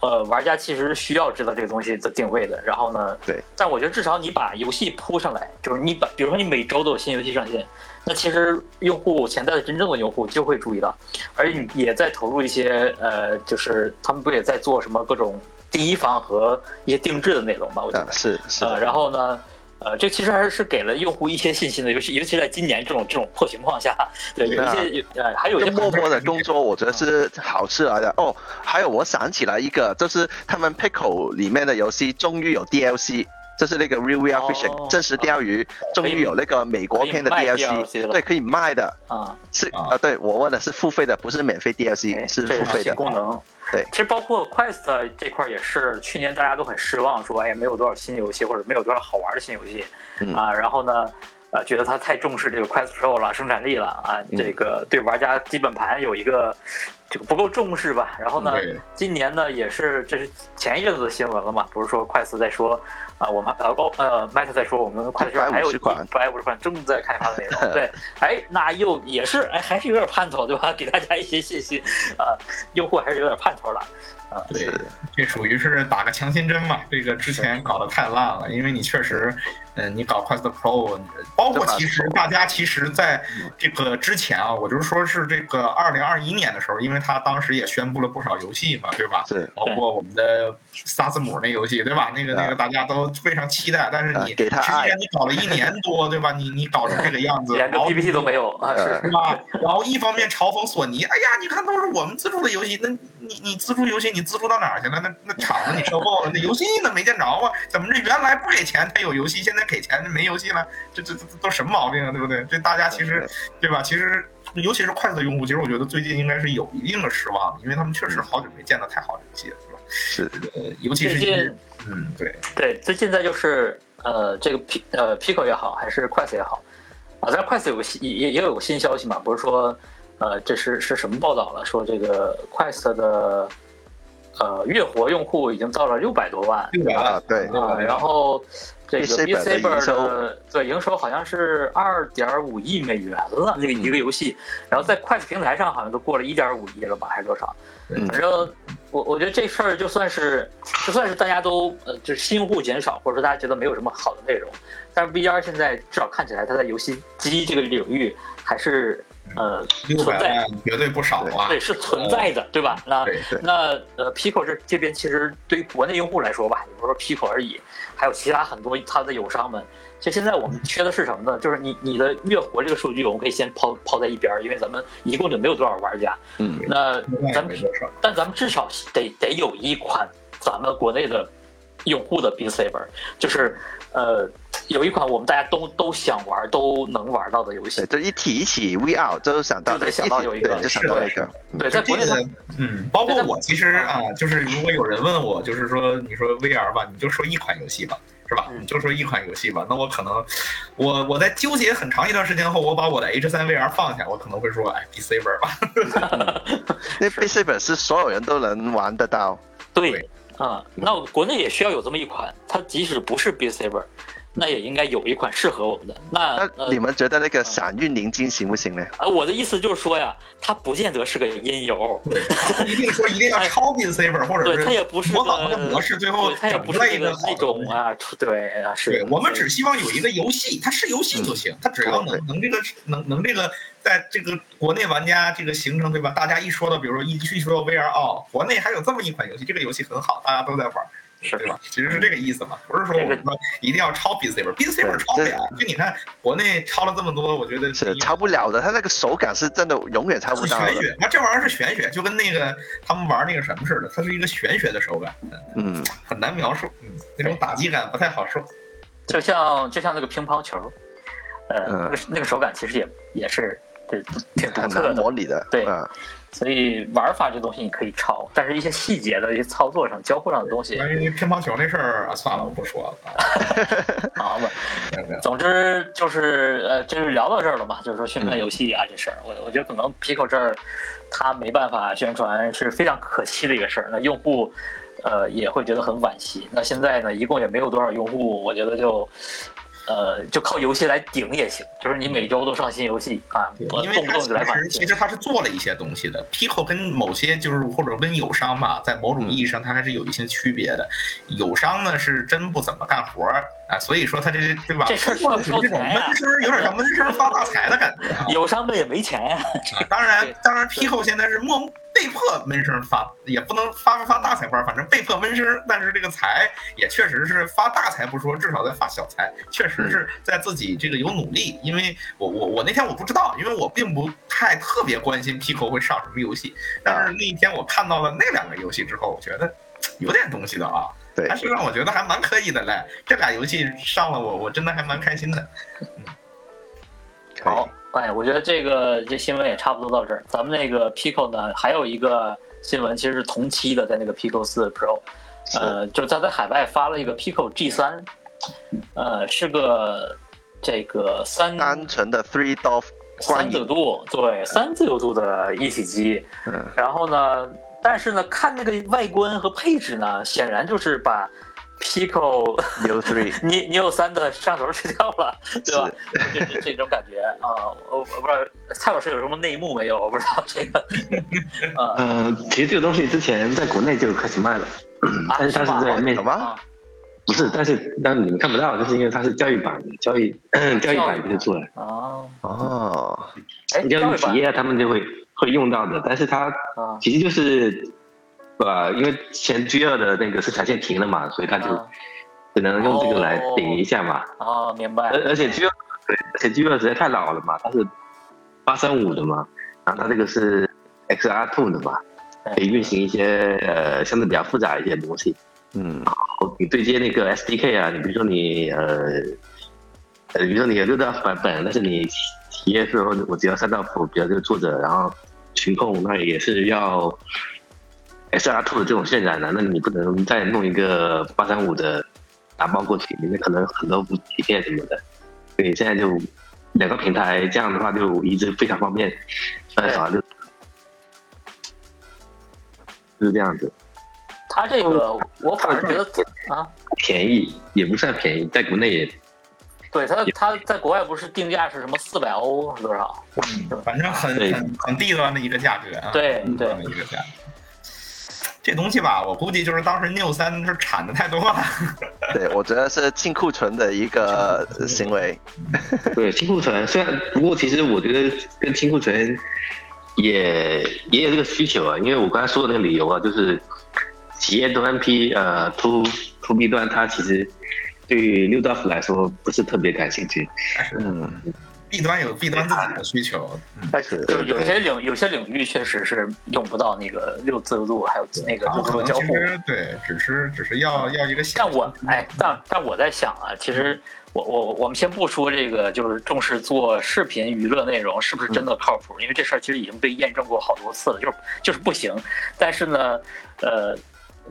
A: 呃，玩家其实需要知道这个东西的定位的。然后呢，
B: 对，
A: 但我觉得至少你把游戏铺上来，就是你把，比如说你每周都有新游戏上线，那其实用户潜在的真正的用户就会注意到，而
B: 嗯
A: 且你也在投入一些呃，就是他们不也在做什么各种第一方和一些定制的内容嘛？我觉得
B: 啊，是是
A: 呃，然后呢，呃，这其实还是给了用户一些信心的，尤其尤其在今年这种这种破情况下，对，有一些有呃，还有一些
B: 这默
A: *laughs*
B: 默的工作，我觉得是好事来的哦。还有，我想起来一个，就是他们 Pickle 里面的游戏终于有 DLC，这是那个 Real Real Fishing、
A: 哦
B: 真实钓鱼，终于有那个美国片的
A: 可以卖
B: DLC，
A: DLC 了
B: 对，可以卖的，
A: 啊，
B: 是
C: 啊
B: 啊、对我问了，是付费的，不是免费 DLC，是
A: 哎这是
B: 付费
A: 新
B: 的。
A: 功能。
B: 对
A: 其实包括 Quest 这块儿也是，去年大家都很失望，说哎没有多少新游戏或者没有多少好玩的新游戏，
B: 嗯
A: 啊，然后呢，呃，觉得它太重视这个 Quest Pro 了，生产力了啊，
B: 嗯
A: 这个对玩家基本盘有一个这个不够重视吧。然后呢
C: 对，
A: 今年呢也是这是前一阵子的新闻了嘛，不是说 Quest 在说啊，我们呃哦呃 Meta 在说我们 Quest Pro 还有
B: 150款
A: 百五十款正在开发的内 *laughs* 容，对，哎，那又也是哎还是有点盼头对吧？给大家一些信心啊，用户还是有点盼头了。
C: 对，这属于是打个强心针嘛。这个之前搞得太烂了，因为你确实，嗯、你搞 Quest Pro，包括其实大家其实在这个之前啊，我就是说是这个二零二一年的时候，因为他当时也宣布了不少游戏嘛，对吧？
B: 是
C: 包括我们的萨斯姆那游戏，对吧？那个那个大家都非常期待，但是
B: 啊
C: 你
B: 给他
C: 之
B: 爱
C: 前你搞了一年多，对吧？你你搞成这个
B: *laughs*
C: 样子，
A: 连个
C: 然后
A: PPT 都没有啊，是
B: 呃
C: 是吧？然后一方面嘲讽索尼，哎呀，你看都是我们资助的游戏，那你你资助游戏，你资助到哪儿去了？那那厂子你收购了，那游戏那没见着啊？怎么这原来不给钱，他有游戏，现在给钱没游戏了？这这这这都什么毛病啊？对不对？这大家其实对吧？其实尤其是快速用户，其实我觉得最近应该是有一定的失望的，因为他们确实好久没见到太好的游戏了，是吧？
B: 嗯是
C: 呃，尤其
A: 最
C: 是
A: 近
C: 嗯，对，
A: 对，最近在就是呃，这个 P 呃 Pico 也好，还是 Quest 也好，啊，在 Quest 有个新也也也有个新消息嘛，不是说呃这是是什么报道了？说这个 Quest 的呃月活用户已经到了六百多万
C: 六百
B: 啊
C: 万，，
B: 对，
A: 啊，然后这个
B: Beat
A: B
B: Saber
A: Saber
B: 的营收
A: 的对营收好像是二点五亿美元了，
B: 嗯
A: 这个一个游戏，然后在 Quest 平台上好像都过了一点五亿了吧，还是多少？
C: 嗯
A: 反正我我觉得这事儿就算是就算是大家都呃就是新户减少，或者说大家觉得没有什么好的内容，但是 VR 现在至少看起来它在游戏机这个领域还是呃
C: 六百
A: 存在
C: 万绝对不少啊
A: 对，是存在的，对吧？那
C: 对
B: 对
A: 那呃，Pico 这这边其实对于国内用户来说吧，也不是说 Pico 而已，还有其他很多它的友商们。其实现在我
C: 嗯
A: 们缺的是什么呢？就是你你的月活这个数据，我们可以先抛抛在一边儿，因为咱们一共就没有多少玩家。
B: 嗯，
A: 那
C: 存在
A: 咱
C: 没
A: 们
C: 多少。
A: 但咱们至少得得有一款咱们国内的用户的 Beat Saber，就是呃有一款我们大家都都想玩、都能玩到的游戏
B: 对，。就一提起 VR 就想到
A: 就得想到有一个
B: 对，就想到一
A: 是
B: 个，
A: 对， *laughs* 在
C: 这
A: 国内它
C: 个，嗯，包括我其实啊，就是如果有人问我，就是说，你说 VR 吧，你就说一款游戏吧，是吧？
A: 嗯
C: 你就说一款游戏吧。那我可能，我我在纠结很长一段时间后，我把我的 H 3 VR 放下，我可能会说，哎，B Saber
A: *laughs*
C: 吧。
B: 那 b a s i b e 是所有人都能玩得到，
A: 对
C: 对，
A: 啊、那我国内也需要有这么一款，它即使不是 Beat Saber，那也应该有一款适合我们的。那
B: 那
A: 呃
B: 你们觉得那个闪运宁静行不行呢？
A: 啊，我的意思就是说呀，它不见得是个音游，
C: 一定说一定要超 B Saber，或者
A: 哎对，
C: 是
A: 它也不是
C: 模仿它的模
A: 个，
C: 式，最后
A: 对，它也不是
C: 整出来
A: 那
C: 一个
A: 个那
C: 好
A: 种
C: 的东西。
A: 啊，出对啊，
C: 对
A: 是，
C: 我们只希望有一个游戏，它是游戏就行，它只要能能这个能能这个在这个国内玩家这个形成对吧？大家一说到，比如说一一说到 VR 哦，国内还有这么一款游戏，这个游戏很好，大家都在玩，
A: 是
C: 对吧？其实是这个意思嘛，不是说我
A: 这个
C: 们说一定要抄 Beat Saber，Beat Saber 抄不了。就你看国内抄了这么多，我觉得
B: 是超不了的，他那个手感是真的永远超不
C: 是
B: 到
C: 玄
B: 的。
C: 学，那这玩意儿是玄学，就跟那个他们玩那个什么似的，它是一个玄学的手感，
B: 嗯，
C: 很难描述，嗯，那种打击感不太好受。
A: 就像就像那个乒乓球，呃，
B: 嗯
A: 那个那个手感其实也也是对挺独
B: 很
A: 特
B: 难
A: 的，
B: 模拟的。
A: 对
B: 嗯
A: 所以玩法这东西你可以抄，但是一些细节的一些操作上、交互上的东西
C: 关于乒乓球那事儿，啊算了，我不说了。啊
A: 啊，我
C: 没有没有
A: 总之就是呃，就是聊到这儿了嘛，就是说宣传游戏啊、这事儿，我我觉得可能 Pico 这儿他没办法宣传是非常可惜的一个事儿，那用户呃也会觉得很惋惜。那现在呢，一共也没有多少用户，我觉得就呃就靠游戏来顶也行，就是你每周都上新游戏啊，我
C: 因为
A: 动不
C: 它
A: 动就来
C: 其
A: 买
C: 实。其实它是做了一些东西的。Pico 跟某些就是或者跟友商吧，在某
A: 嗯
C: 种意义上它还是有一些区别的。友商呢是真不怎么干活儿啊，所以说它这对吧？
A: 这事儿
C: 做
A: 说
C: 的
A: 不
C: 是
A: 收
C: 这种
A: 钱呀
C: 闷声儿，有点像闷声儿发大财的感觉啊。
A: 友商们也没钱呀、
C: 啊 *laughs* 当然
A: 对，
C: 当然，Pico 现在是默被迫闷声发，也不能发不发大财官，反正被迫闷声。但是这个财也确实是发大财不说，至少在发小财，确实是在自己这个有努力。因为我我我那天我不知道，因为我并不太特别关心 Pico 会上什么游戏，但是那一天我看到了那两个游戏之后，我觉得嘖有点东西的啊。
B: 对
C: 还是让我觉得还蛮可以的嘞。这俩游戏上了我，我真的还蛮开心的。
B: 可以
A: 好，哎，我觉得这个这新闻也差不多到这儿。咱们那个 Pico 呢，还有一个新闻其实是同期的，在那个 Pico 四 Pro，呃，就是他在海外发了一个 Pico G 三，呃，是个这个三
B: 单纯的 three dot
A: 三
B: 观
A: 自由
B: 影，
A: 度，对，三自由度的一体机。
B: 嗯
A: 然后呢，但是呢，看那个外观和配置呢，显然就是把 Pico
B: ，new three，
A: 你你有三的上头睡觉了，对吧？就是这种感觉啊、我我不知道蔡老师有什么内幕没有？我不知道这个
D: 呃，其实这个东西之前在国内就开始卖了，
B: 嗯
D: 但是它是在
A: 啊是
D: 面
B: 什么？
A: 啊，
D: 不是，但是但你们看不到，就是因为它是教育版的，教 *clears throat* 育教育版就出来了，
A: 哦，
C: 啊
B: 哦，
A: 哎，
D: 教
A: 教
D: 育
A: 育
D: 企
A: 版
D: 业他们就会会用到的，但是它
A: 啊
D: 其实就是，呃，因为前 G 二的那个生产线停了嘛，所以它就
A: 啊
D: 只能用这个来
A: 哦
D: 顶一下嘛。
A: 啊，明白
D: 而、，而且 G 二，对，而且 G 二实在太老了嘛，它是八三五的嘛，然后它这个是 XR two 的嘛，可以运行一些呃相对比较复杂一些的东西。
B: 嗯，
D: 哦你对接那个 SDK 啊，你比如说你呃，呃，比如说你有六道版本，但是你体验时候我只要三道符，比如这个作者，然后群控那也是要 SR two 的这种渲染的，那你不能再弄一个八三五的打包过去，里面可能很多不体验什么的，所以现在就两个平台这样的话就移植非常方便，呃，反而就就是这样子。
A: 他这个
C: 嗯
A: 我反而觉得啊，
D: 便宜也不算便宜，在国内也
A: 对他他在国外不是定价是什么四百欧是多少？
C: 反正很
D: 对
C: 很很地端的一个价格啊，
A: 对
C: 地
A: 对
C: 端的一个价格。这东西吧，我估计就是当时 New 三是产的太多了，
B: 对，我觉得是清库存的一个行为，
D: 对清库存，虽然不过其实我觉得跟清库存也也有这个需求啊，因为我刚才说的那个理由啊，就是企业端 P 呃 to to B 端，它其实对于六道夫来说不是特别感兴趣，
B: 嗯，
C: 弊端有弊端自己的需求。
B: 但是
A: 就有些领有些领域确实是用不到那个六自由度，还有那个
C: 然后
A: 六自
C: 啊
A: 由交
C: 可能其
A: 互。
C: 实对，只是只是要要一个
A: 啊但我哎，但但我在想啊，其实我我我们先不说这个，就是重视做视频娱乐内容是不是真的靠谱，因为这事儿其实已经被验证过好多次了，就是就是不行。但是呢，呃，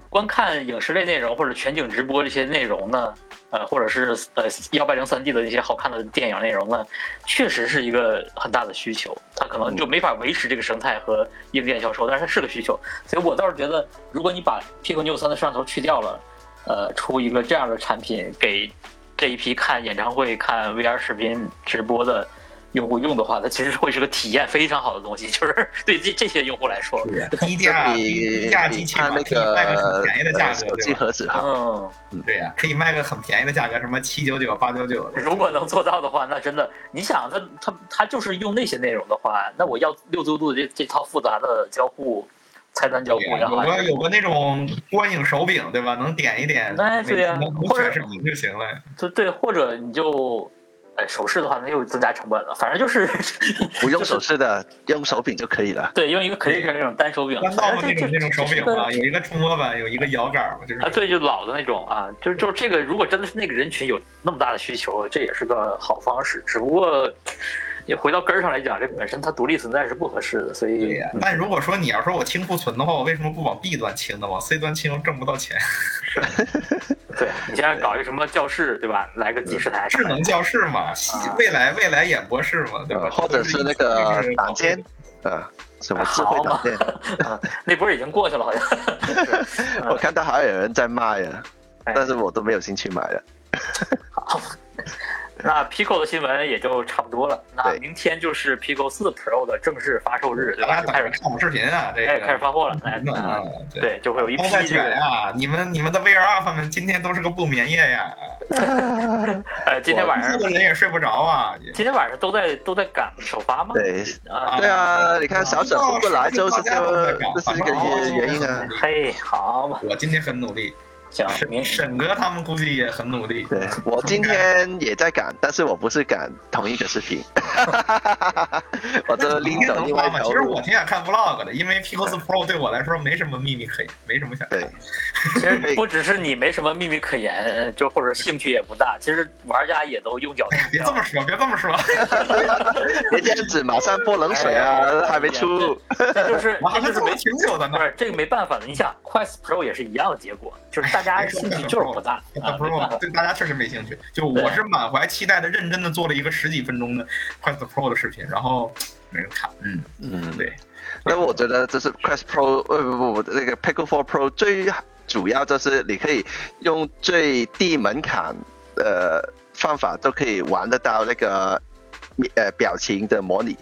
A: 观看影视类内容或者全景直播这些内容呢，呃，或者是呃幺八零三 D 的一些好看的电影内容呢，确实是一个很大的需求，它可能就
C: 嗯
A: 没法维持这个生态和硬件销售，但是它是个需求，所以我倒是觉得，如果你把 Pico Neo 三的摄像头去掉了，呃，出一个这样的产品给这一批看演唱会、看 VR 视频直播的用户用的话，它其实会是个体验非常好的东西，就是 *laughs* 对这这些用户来说，
C: 低价低
B: 比
C: 价机
B: 你
C: 器
B: 看
C: 嘛，
B: 那
C: 可以卖个
B: 个
C: 很便宜的价
B: 呃
C: 格，
B: 手
C: 对
B: 机
C: 吧？
B: 盒子哈，
A: 嗯。
C: 对呀、可以卖个很便宜的价格，什么七九九、八九九。
A: *laughs* 如果能做到的话，那真的，你想他他他就是用那些内容的话，那我要六自由度的这这套复杂的交互菜单交互
C: 对，呀
A: 然后
C: 有
A: 还
C: 个有个那种观影手柄，对吧？能点一点，
A: 哎对呀
C: 能能
A: 或者
C: 选什么就行了。
A: 就对，或者你就哎手势的话，那又增加成本了。反正就是 *laughs*
B: 不用手势的，用手柄就可以了。
A: 对，用一个 clicker 那种单手柄，
C: 弯道
A: 反
C: 嘛
A: 正
C: 那
A: 就
C: 种那种手柄啊嘛，
A: 啊
C: 有一个触摸板，有一个摇杆嘛，就是。，
A: 对，就老的那种啊，就就是这个，如果真的是那个人群有那么大的需求，这也是个好方式。只不过也回到根儿上来讲，这本身它独立存在是不合适的，所
C: 对
A: 以
C: 呀、但如果说你要说我清库存的话，我为什么不往 B 端清呢？往 C 端清又挣不
B: *laughs*
C: 到钱。
A: 对你现在搞一个什么教室，对吧？来个
C: 嗯
A: 几十台
C: 智能教室嘛，西
A: 啊
C: 未来未来演播室嘛，对吧？
B: 或者是那个打尖，呃，什么智慧打尖？
A: 啊，那波已经过去了，好像。
B: 我看到还有人在卖啊，
C: 哎
B: 但是我都没有兴趣买了。
A: 那 Pico 的新闻也就差不多了。那
B: 对
A: 明天就是 Pico 四 Pro 的正式发售日，对
C: 大家
A: 吧？
C: 等
A: 就开
C: 着
A: 始
C: 看我视频啊，这
A: 哎
C: 个
A: 开始发货了，哎
C: 嗯，
A: 啊
C: 嗯对。
A: 对，就会有一批
C: 都在
A: 这
C: 卷
A: 个，
C: 呀！你们你们的 VR UP 们今天都是个不眠夜呀，
A: 呃，今天晚上
C: 我做的人也睡不着啊。也
A: 今天晚上都在都在赶首发吗？
B: 对，
A: 啊，
B: 对啊，你看小沈不过来就是
C: 哦大家都在
B: 这
C: 搞哦
B: 这是一个原因啊。
A: 嘿，好嘛，
C: 我今天很努力，
A: 行，明
C: 沈沈哥他们估计也很努力。
B: 对我今天也在赶，但是我不是赶同一个视频， *laughs* 我这
C: 应
B: 拎
C: 该
B: 走
C: 能
B: 另外一
C: 发吧？
B: 条
C: 其实我
B: 路。
C: 挺想看 vlog 的，因为 Pico 4 Pro 对我来说没什么秘密可言，没什么想看。
B: 对，其实可以
A: 不只是你没什么秘密可言，呃就或者兴趣也不大，其实玩家也都用脚投
C: 别
A: 票
C: 这。么说，别这么说，
B: 别这样子，马上泼冷水
A: 哎
B: 啊，
A: 呀
B: 还没出。
A: 这
C: *laughs*
A: 就是
C: 我还
A: 这就是
C: 做
A: 没
C: 了挺久的呢
A: 不。是这个没办法的。你想，Quest Pro 也是一样的结果，就是大
C: 哎
A: 家兴趣就是不大啊，
C: 不
A: 没办
C: 是我
A: 法。
C: 对大家确实没兴趣，就
B: 啊
C: 我是满怀期待的、认真的做了一个十几分钟的 Quest Pro 的视频，然后没人看。嗯，
B: 嗯，
C: 对。
B: 那我觉得这是 Quest Pro，呃不不不，那个 Pico 4 Pro 最主要就是你可以用最低门槛的方法都可以玩得到那个呃表情的模拟。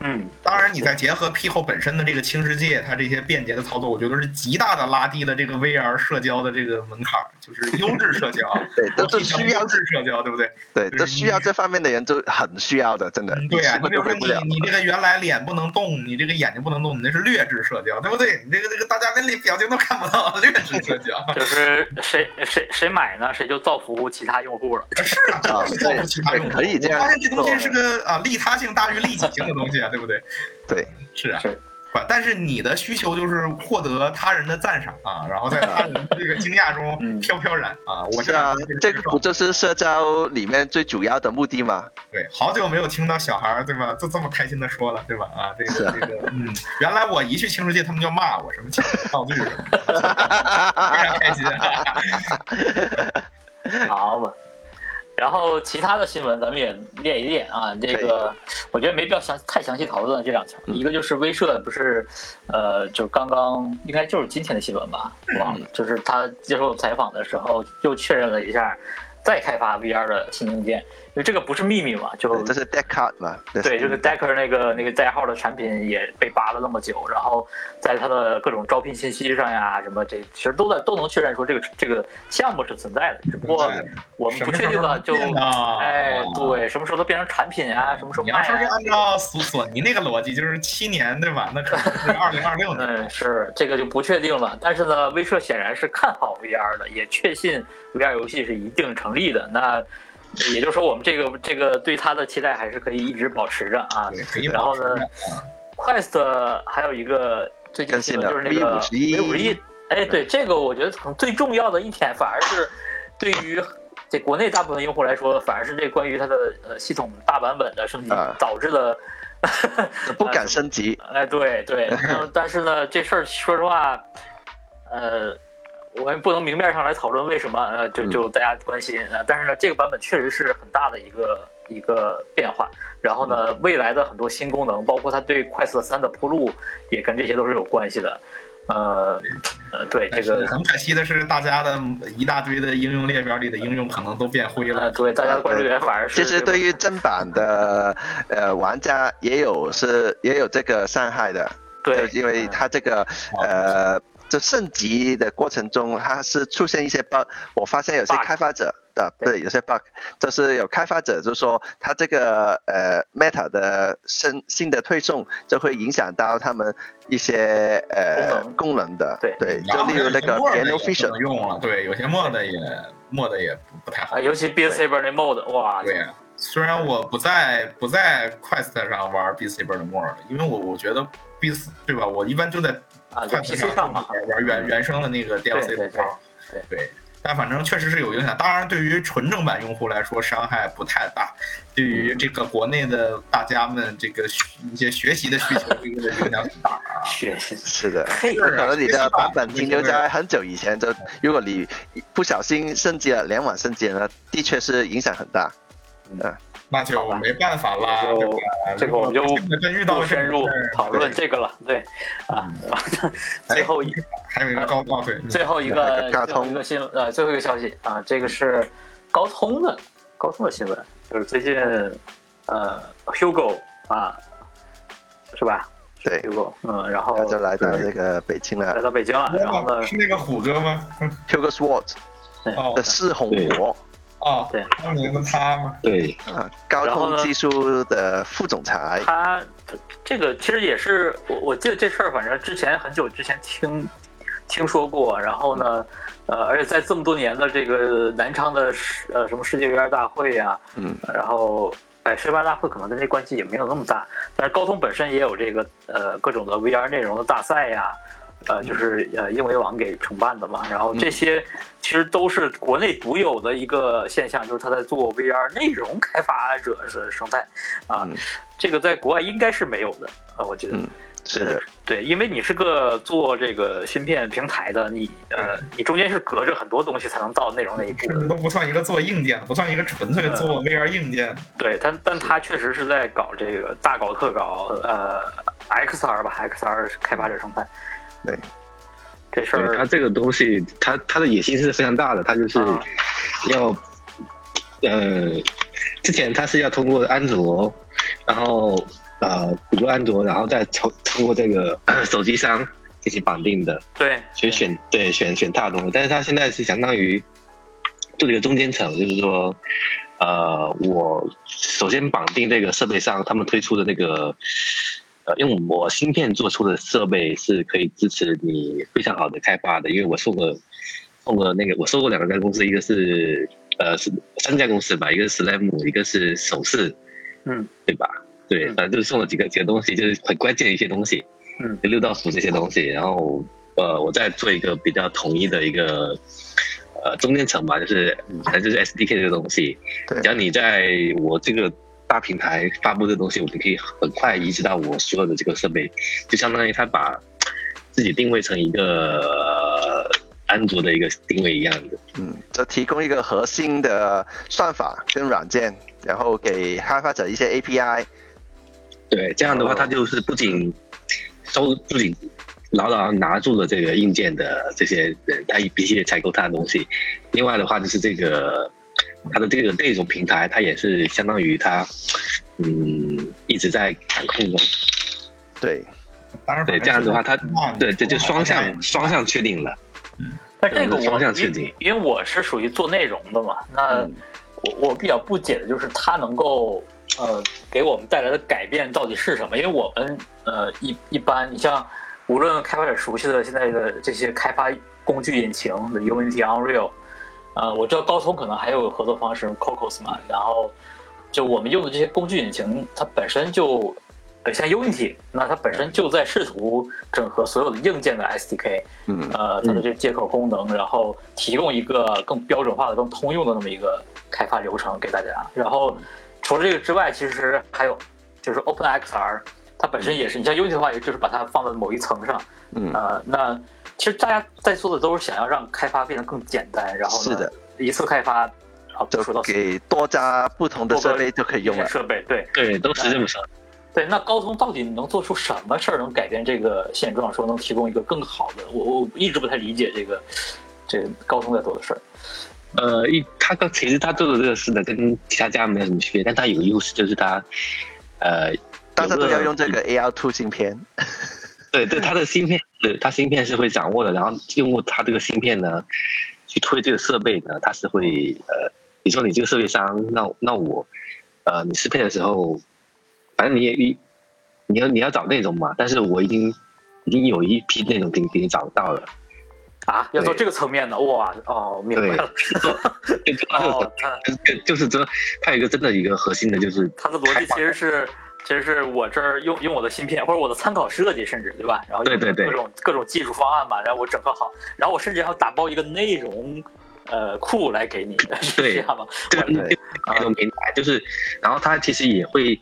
A: 嗯，
C: 当然，你再结合 P 后本身的这个轻世界，它这些便捷的操作，我觉得是极大的拉低了这个 VR 社交的这个门槛儿，就是优质
B: *laughs*
C: 社交。
B: 对，都
C: 我
B: 是
C: 提倡
B: 需要
C: 优质社交，对不对？
B: 对，
C: 对
B: 都需要这方面的人，都很需要的，真的。
C: 嗯，对
A: 啊
B: *laughs*
C: 呀、
B: 你什么
C: 你比
B: 都
C: 如
B: 回
C: 说
B: 不了。
C: 你你这个原来脸不能动，你这个眼睛不能动，你那是劣质社交，对不对？你这个这个大家连脸表情都看不到，劣质社交。
A: 就是谁谁谁买呢，谁就造福其他用户了。
C: 是啊，
B: 啊
C: 这个是
B: 对对可以这样
C: 我发现这东西是个啊利他性大于利己性的东西啊，对不对？
B: 对，
C: 是啊
A: 是。
C: 不但是你的需求就是获得他人的赞赏啊，然后在他人
B: *laughs*
C: 这个惊讶中
A: 嗯
C: 飘飘然啊，我
B: 是啊
C: 觉得，
B: 这
C: 个
B: 个
C: 是
B: 不就是社交里面最主要的目的吗？
C: 对，好久没有听到小孩儿对吧，就这么开心的说了对吧？啊，这
B: 是
C: 个
B: 啊
C: 这个，嗯，原来我一去青世界，他们就骂我什么抢道具什么的，非
A: *laughs*
C: 常开心啊。
A: 好嘛。然后其他的新闻咱们也列一列啊，这个我觉得没必要详太详细讨论这两条。一个就是威社不是，呃，就刚刚应该就是今天的新闻吧，忘了，就是他接受采访的时候又确认了一下，再开发 VR 的新硬件，因为这个不是秘密嘛，就
B: 对这是 deck card 嘛？
A: 嗯对，就是 Decker 那个那个代号的产品也被扒了那么久，然后在它的各种招聘信息上呀，什么这其实都在都能确认说这个这个项目是存在的，只不过
C: 存在的
A: 我们不确定啊了就
C: 什么时候能变呢
A: 哎对，什么时候都变成产品啊，什么时候
C: 你要
A: 卖
C: 说是
A: 啊？
C: 按照索索尼那个逻辑，就是七年对吧？那可能是二零二六年。
A: 嗯，是这个就不确定了。但是呢，威社显然是看好 VR 的，也确信 VR 游戏是一定成立的。那也就是说，我们这个这个对它的期待还是可以一直保持着啊。
C: 对，可以
A: 然
C: 保
A: 后
C: 持
A: 呢
C: 的。
A: Quest 还有一个最近新闻就是那个
B: 更新的
A: V 五十一，哎，
B: 嗯
A: 对，这个我觉得可能最重要的一点，反而是对于这国内大部分用户来说，反而是这关于它的呃系统大版本的升级
B: 啊
A: 导致的。
B: 不敢升级。
A: 哎，对对，然后但是呢，这事儿说实话，呃，我也不能明面上来讨论为什么，呃，就
B: 嗯
A: 就大家关心呃，但是呢，这个版本确实是很大的一个一个变化。然后呢，未来的很多新功能，包括它对快速三的铺路，也跟这些都是有关系的。呃，呃，对这
C: 但是
A: 个，
C: 很可惜的是，大家的一大堆的应用列表里的应用可能都变灰
A: 呃，
C: 了。
A: 对大家的关注点反而是
B: 其实
A: 这个
B: 对于正版的呃玩家也有是也有这个伤害的，
A: 对，
B: 呃就因为
A: 嗯
B: 它这个呃，就升级的过程中，它是出现一些 bug。我发现有些
A: bug
B: 开发者的
A: 对
B: 对有些 bug，就是有开发者就说它这个呃 Meta 的新新的推送就会影响到他们一些
A: 功
B: 呃
A: 能
B: 功能的，
A: 对
B: 就例如那个 p i a n o f i s i o
C: 能
B: n
C: 用了，对，有些 mod 也 mod 也不不太好
A: 啊，。尤其 Beat Saber 那 mode，哇，
C: 对，虽然我不在不在 Quest 上玩 B C 本的 mod，因为我我觉得 B 四对吧？我一般就在
A: 啊，在
C: Quest
A: PC
C: *laughs*
A: 上嘛，嗯
C: 玩原原生的那个 DLC
A: 对对
C: 的包。
A: 对
C: 对，但反正确实是有影响。当然，对于纯正版用户来说伤害不太大，对于
A: 嗯
C: 这个国内的大家们这个需一些学习的需求，这个影响很大啊。
A: 学习，
B: 是的。
A: 嘿
C: 是，
B: 可能你的版本
C: 是
B: 停留在很久以前，就如果你不小心升级了两晚升级了，的确是影响很大。
C: 那就没办法啦，
A: 就
C: 对吧
A: 这个我们就
C: 真的真遇到
A: 不
C: 了这
A: 深
C: 种
A: 入
C: 事儿
A: 讨论这个了，对，啊， *laughs* 最后一
C: 哎还有一个高高对，
A: 最后一
B: 还有
A: 个
B: 一个
A: 最后一个新闻呃最后一个消息啊，这个是高通的高通的新闻，就是最近呃 Hugo 啊，是吧
B: 对，
A: ？Hugo，嗯，然后
B: 那就来到这个北京
A: 来
B: 了
A: 到北京了，然后呢，
C: 是那个虎哥吗？ *laughs*
B: ，Hugo Sword
C: 哦
B: 的四红魔
C: 哦，
A: 对
C: 当年的他吗？
D: 对，
B: 啊，高
A: 然后
B: 通
A: 呢
B: 技术的副总裁，
A: 他这个其实也是我我记得这事儿，反正之前很久之前听听说过，然后呢，呃，而且在这么多年的这个南昌的世呃什么世界园大会呀、
B: 嗯，
A: 然后哎，世园大会可能跟这关系也没有那么大，但是高通本身也有这个呃各种的 VR 内容的大赛呀、呃，就是呃英维网给承办的嘛，然后
B: 嗯
A: 这些其实都是国内独有的一个现象，就是他在做 VR 内容开发者的生态啊，
B: 嗯
A: 这个在国外应该是没有的啊，我觉得。
B: 嗯是的，
A: 对，因为你是个做这个芯片平台的，你呃，
B: 嗯
A: 你中间是隔着很多东西才能到内容那一步
C: 这
A: 的。
C: 都不算一个做硬件，不算一个纯粹
D: 嗯
C: 做 VR 硬件。
A: 对，但但他确实是在搞这个大搞特搞，呃，XR 吧，XR 开发者生态。
B: 对，
A: 这事
D: 对，他
A: 儿
D: 这个东西，他他的野心是非常大的，他就是
A: 啊
D: 要，呃，之前他是要通过安卓，然后呃，谷歌安卓，然后再通通过这个 *coughs* 呃手机商进行绑定的，
A: 对，
D: 所以选对选选大东西，但是他现在是相当于做了一个中间层，就是说，呃，我首先绑定这个设备上他们推出的那个，呃，用我芯片做出的设备是可以支持你非常好的开发的，因为我送过送过那个我收过两家公司，一个是呃是三家公司吧，一个是 Slam，一个是首饰，
A: 嗯，
D: 对吧？对，
A: 嗯
D: 反正就是送了几个几个东西，就是很关键的一些东西，
A: 嗯，
D: 六道鼠这些东西，然后呃，我再做一个比较统一的一个呃中间层吧，就是反正就是 SDK 这个东西，
B: 对
D: 只要你在我这个大平台发布的东西，我就可以很快移植到我所有的这个设备，就相当于他把自己定位成一个。呃安卓的一个定位一样的，
B: 嗯，就提供一个核心的算法跟软件，然后给开发者一些 API，
D: 对，这样的话，它就是不仅收，不仅牢牢拿住了这个硬件的这些人，他必须得采购它的东西。另外的话，就是这个它的这个内容平台，它也是相当于它，嗯，一直在掌控中。
B: 对，
C: 当然，
D: 对，这样的话，它
C: 哇
D: 对这就双向双向确定了。
A: 但这个
D: 嗯
A: 我
D: 方向确
A: 因
D: 定
A: 因为我是属于做内容的嘛，那
B: 嗯
A: 我我比较不解的就是它能够呃给我们带来的改变到底是什么？因为我们呃一一般，你像无论开发者熟悉的现在的这些开发工具引擎的 Unity、Unreal，呃，我知道高通可能还有合作方式 Cocos 嘛，然后就我们用的这些工具引擎，它本身就呃像 Unity，那它本身就在试图整合所有的硬件的 SDK，
B: 嗯
A: 呃，它的这接口功能，然后提供一个更标准化的、更通用的那么一个开发流程给大家。然后
B: 嗯
A: 除了这个之外，其实还有就是 OpenXR，它本身也是，你像 Unity 的话，也就是把它放在某一层上，
B: 嗯，
A: 呃，那其实大家在做的都是想要让开发变得更简单，然后呢
B: 是的，
A: 一次开发，然后部
B: 就
A: 署到
B: 给多加不同的设备就可以用了。
A: 设备，对
D: 对，都是这么说。
A: 对。那高通到底能做出什么事儿能改变这个现状，说能提供一个更好的？我我一直不太理解这个这个高通在做的事儿。
D: 呃，一他刚其实他做的这个事呢，跟其他家没有什么区别，但他有个优势就是他，呃，
B: 大家都要
D: 有
B: 用这个 AR Two 芯片，
D: 对对，它的芯片，对它芯片是会掌握的，然后用过它这个芯片呢，去推这个设备呢，它是会呃，你说你这个设备商，那那我，呃，你适配的时候，反正你也你你要你要找内容嘛，但是我已经已经有一批内容给你给你找到了，
A: 啊，要到
D: 对
A: 这个层面的哇哦，明白了。
D: 就就
A: 哦，他
D: 就就是说，它有一个真的一个核心的就是
A: 他的逻辑其实是，其实是我这儿用用我的芯片或者我的参考设计，甚至对吧？然后
D: 对对对
A: 各种各种技术方案嘛，然后我整合好，然后我甚至还要打包一个内容呃库来给你， *laughs* 是这
D: 对
A: 样吗？
D: 对
A: 我
D: 对，那种平台就是，然后他其实也会，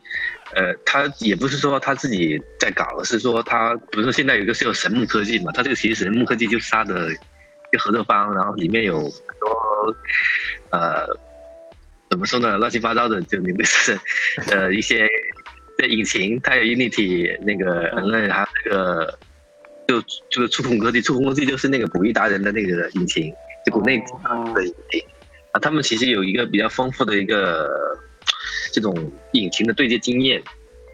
D: 呃，他也不是说他自己在搞，而是说他比如说现在有一个是有神木科技嘛，他这个其实神木科技就是他的一个合作方，然后里面有很多呃怎么说呢，乱七八糟的，就你们是呃一些对引擎，它有 Unity 那个
A: 嗯
D: N 还有那个就就是触控科技，触控科技就是那个捕鱼达人的那个引擎，就国内
A: 哦
D: 的引擎啊，他们其实有一个比较丰富的一个这种引擎的对接经验，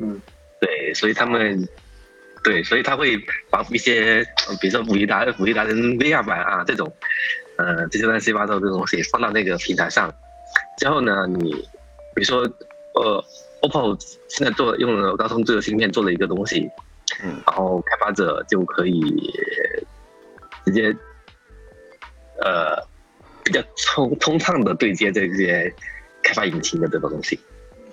A: 嗯，
D: 对，所以他们。对，所以他会把一些，呃比如说捕鱼达、捕鱼达人 VR 版啊这种，呃，这些乱七八糟的东西放到那个平台上，之后呢，你比如说，呃，OPPO 现在做用了高通这个芯片做了一个东西，
B: 嗯
D: 然后开发者就可以直接呃比较通通畅的对接这些开发引擎的这种东西。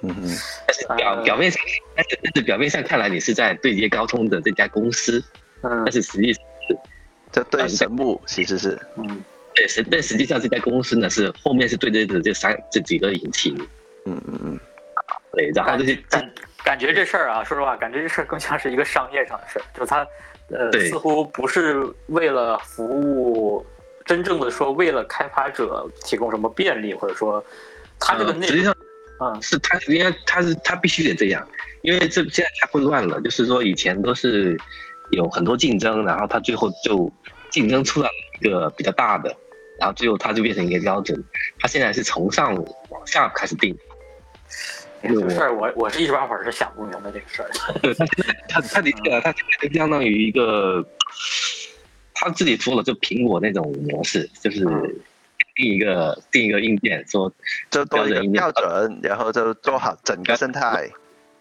B: 嗯哼，
D: 但是表
A: 呃
D: 表面上，但是但是表面上看来你是在对接高通的这家公司，
A: 嗯
D: 但是实际
B: 这对神木其实是
A: 嗯
D: 对实但实际上这家公司呢是后面是对接的这三这几个引擎，
B: 嗯嗯嗯，
D: 对，然后这些
A: 感感觉这事儿啊，说实话，感觉这事儿更像是一个商业上的事儿，就是它，呃，
D: 对
A: 似乎不是为了服务，真正的说为了开发者提供什么便利，或者说它这个
D: 呃
A: 内
D: 实际
A: 容，
D: 上
A: 嗯
D: 是他，因为他是他必须得这样，因为这现在太混乱了。就是说以前都是有很多竞争，然后他最后就竞争出来了一个比较大的，然后最后他就变成一个标准。他现在是从上往下开始定，
A: 这个事儿我我是一时半会儿是想不明白这个事儿的。 *laughs*
D: 对他现在他他的确啊，他现在就相当于一个，他自己说了，就苹果那种模式，就是定一个定一个硬件，说
B: 就多一个标准，然后就做好整个生态，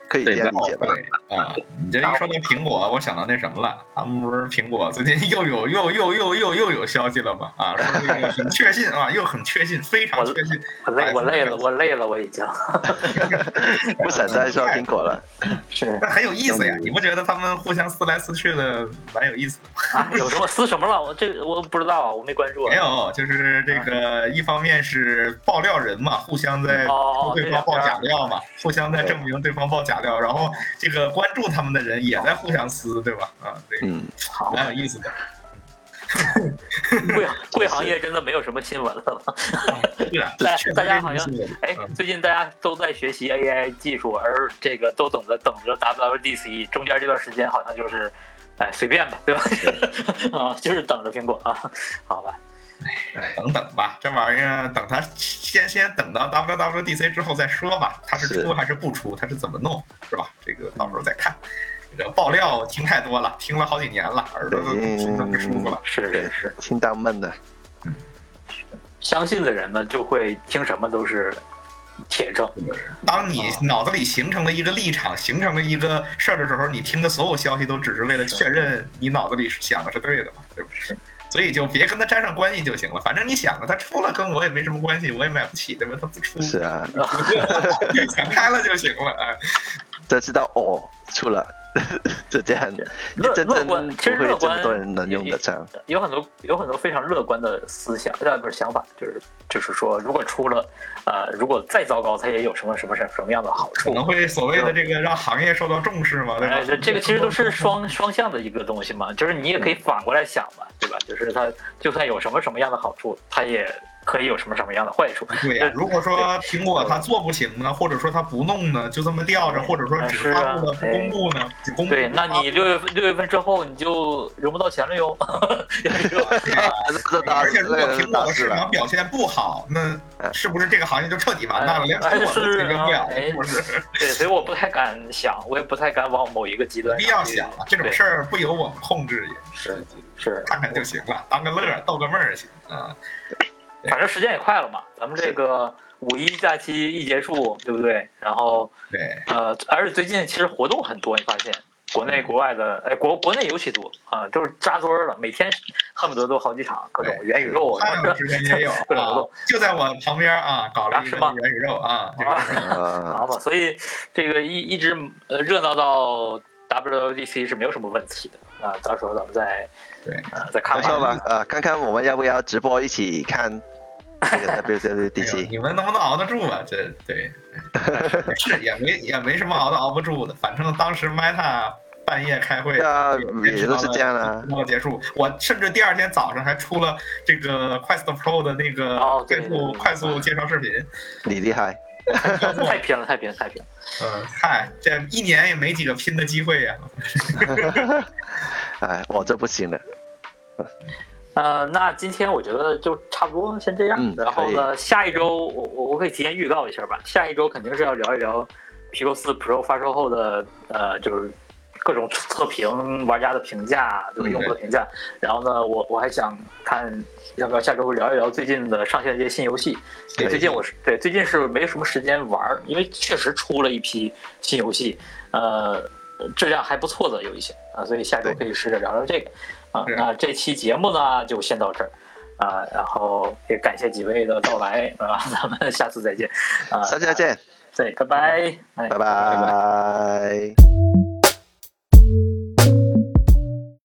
B: 可以这样理解
D: 哦
B: 吧？
C: 对啊，你这一说到苹果，我想到那什么了，他们不是苹果最近又有又又又又又有消息了吗？啊，说这个很确信
D: *laughs*
C: 啊，又很确信，非常确信，
A: 我累，我累了，我累了，我已经
B: 不想再说苹果了，
A: 是
C: 但很有意思
D: 嗯
C: 呀，你不觉得他们互相撕来撕去的蛮有意思的吗？
A: 啊，有什么撕什么了？我这我不知道啊，我没关注啊。
C: 没有，就是这个
D: 嗯
C: 一方面是爆料人嘛，互相在
A: 哦
C: 说对方
A: 这
C: 爆
A: 两边
C: 假料嘛，互相在证明对方爆假料，然后这个关注他们的人也在互相撕，对吧？啊，这个
B: 嗯，
A: 好，
C: 蛮有意思的。
A: 贵贵行业真的没有什么新闻了。
C: 对啊，
A: 大
C: 确实
A: 大家
C: 是
A: 好
C: 有
A: 像
C: 意思的
A: 哎
C: 嗯，
A: 最近大家都在学习 AI 技术，而这个都等着等着 WWDC，中间这段时间好像就是，哎，随便吧，对 *laughs* 吧？啊，就是等着苹果啊，好吧，
C: 等等吧，这玩意儿等它先先等到 WWDC 之后再说吧，它是
B: 是
C: 出还是不出，它是怎么弄，是吧？这个到时候再看。这个爆料听太多了，听了好几年了，耳朵都听得不舒服了。
A: 是是是，
B: 听到闷了，
A: 相信的人呢就会听什么都是铁证，
C: 当你脑子里形成了一个立场，形成了一个事儿的时候，你听的所有消息都只是为了确认你脑子里想的是对的嘛，对不对？所以就别跟他沾上关系就行了，反正你想了，他出了跟我也没什么关系，我也买不起，对吧？他不出，
B: 是啊，
C: *laughs* 想开了就行了，哎。
B: 这知道哦，出了，就这样，
A: 乐
B: 真
A: 乐
B: 正不
A: 观
B: 会
A: 其实乐
B: 这
A: 观
B: 么多人能用得上，
A: 有很多有很多非常乐观的思想，呃，不是想法，就是就是说，如果出了，呃，如果再糟糕，它也有什么什么什么什么样的好
C: 可
A: 处。
C: 能会所谓的这个让行业受到重视嘛，对吧
A: 哎，？这这个其实都是双双向的一个东西嘛，就是你也可以
C: 嗯
A: 反过来想嘛，对吧？就是它就算有什么什么样的好处，它也可以有什么什么样的坏处。
C: 对呀、如果说苹果它做不行呢，或者说它不弄呢，就这么吊着，或者
A: 哎
C: 说只发布了不公布呢，只公
A: 啊
C: 布
A: 对，那你六月份六月份之后你就融不到钱了哟。 *laughs* 啊
B: 这大
C: 而且如果苹
B: 大
C: 果的
B: 事
C: 市
B: 了嗯
C: 场，表现不好，那是不是这个行业就彻底完蛋了？连苹果都提升不了，哎是不啊哎是？啊
A: 对，所以我不太敢想，我也不太敢往某一个极端
C: 没
A: 上去。
C: 必要想了，这种事儿不由我们控制，
A: 是是，
C: 看看就行了，当个乐儿，逗个闷儿行啊。
A: 反正时间也快了嘛，咱们这个五一假期一结束，对不对？然后
C: 对，
A: 呃，而且最近其实活动很多，你发现国内国外的，哎，国国内尤其多啊，都是扎堆儿了，每天恨不得都好几场各种
C: 对哎
A: 元宇宙啊
C: 汉，之前
B: *laughs*
A: *laughs*
C: 也有啊，就在我旁边啊，搞了一个元宇宙啊，这个
B: 啊，
A: 好嘛，所以这个一一直呃热闹到 WWDC 是没有什么问题的啊，到时候咱们再
C: 对。
A: 呃再看
B: 那说
A: 吧。
B: 吧，呃，看看我们要不要直播一起看这个
C: 哎呦
B: WWDC，
C: 你们能不能熬得住啊？这对，是也没也没什么熬得熬不住的。反正当时 Meta 半夜开会，
B: 啊
C: 也
B: 也都是这样啊
C: 直到结束，我甚至第二天早上还出了这个 Quest Pro 的那个
A: 哦对
C: 快速快速介绍视频。
B: 你厉害，
A: *laughs* 太偏了，太偏了，太偏了。
C: 嗯，嗨，这一年也没几个拼的机会呀、
B: 哎，我这不行了，
A: 呃，那今天我觉得就差不多，先这样。
B: 嗯
A: 然后呢，下一周我我我可以提前预告一下吧，下一周肯定是要聊一聊 Pico 四 Pro 发售后的呃，就是各种测评、玩家的评价，就是
B: 嗯
A: 用户的评价。然后呢，我我还想看要不要下周聊一聊最近的上线的一些新游戏。
B: 可以
A: 对，最近我是对最近是没什么时间玩儿，因为确实出了一批新游戏，呃，质量还不错的有一些啊，所以下周
B: 对
A: 可以试着聊聊这个啊。
C: 是
A: 那这期节目呢就先到这儿啊，然后也感谢几位的到来啊，咱们下次再见啊，
B: 下次再，见，
A: 对，拜拜，哎
B: 拜。拜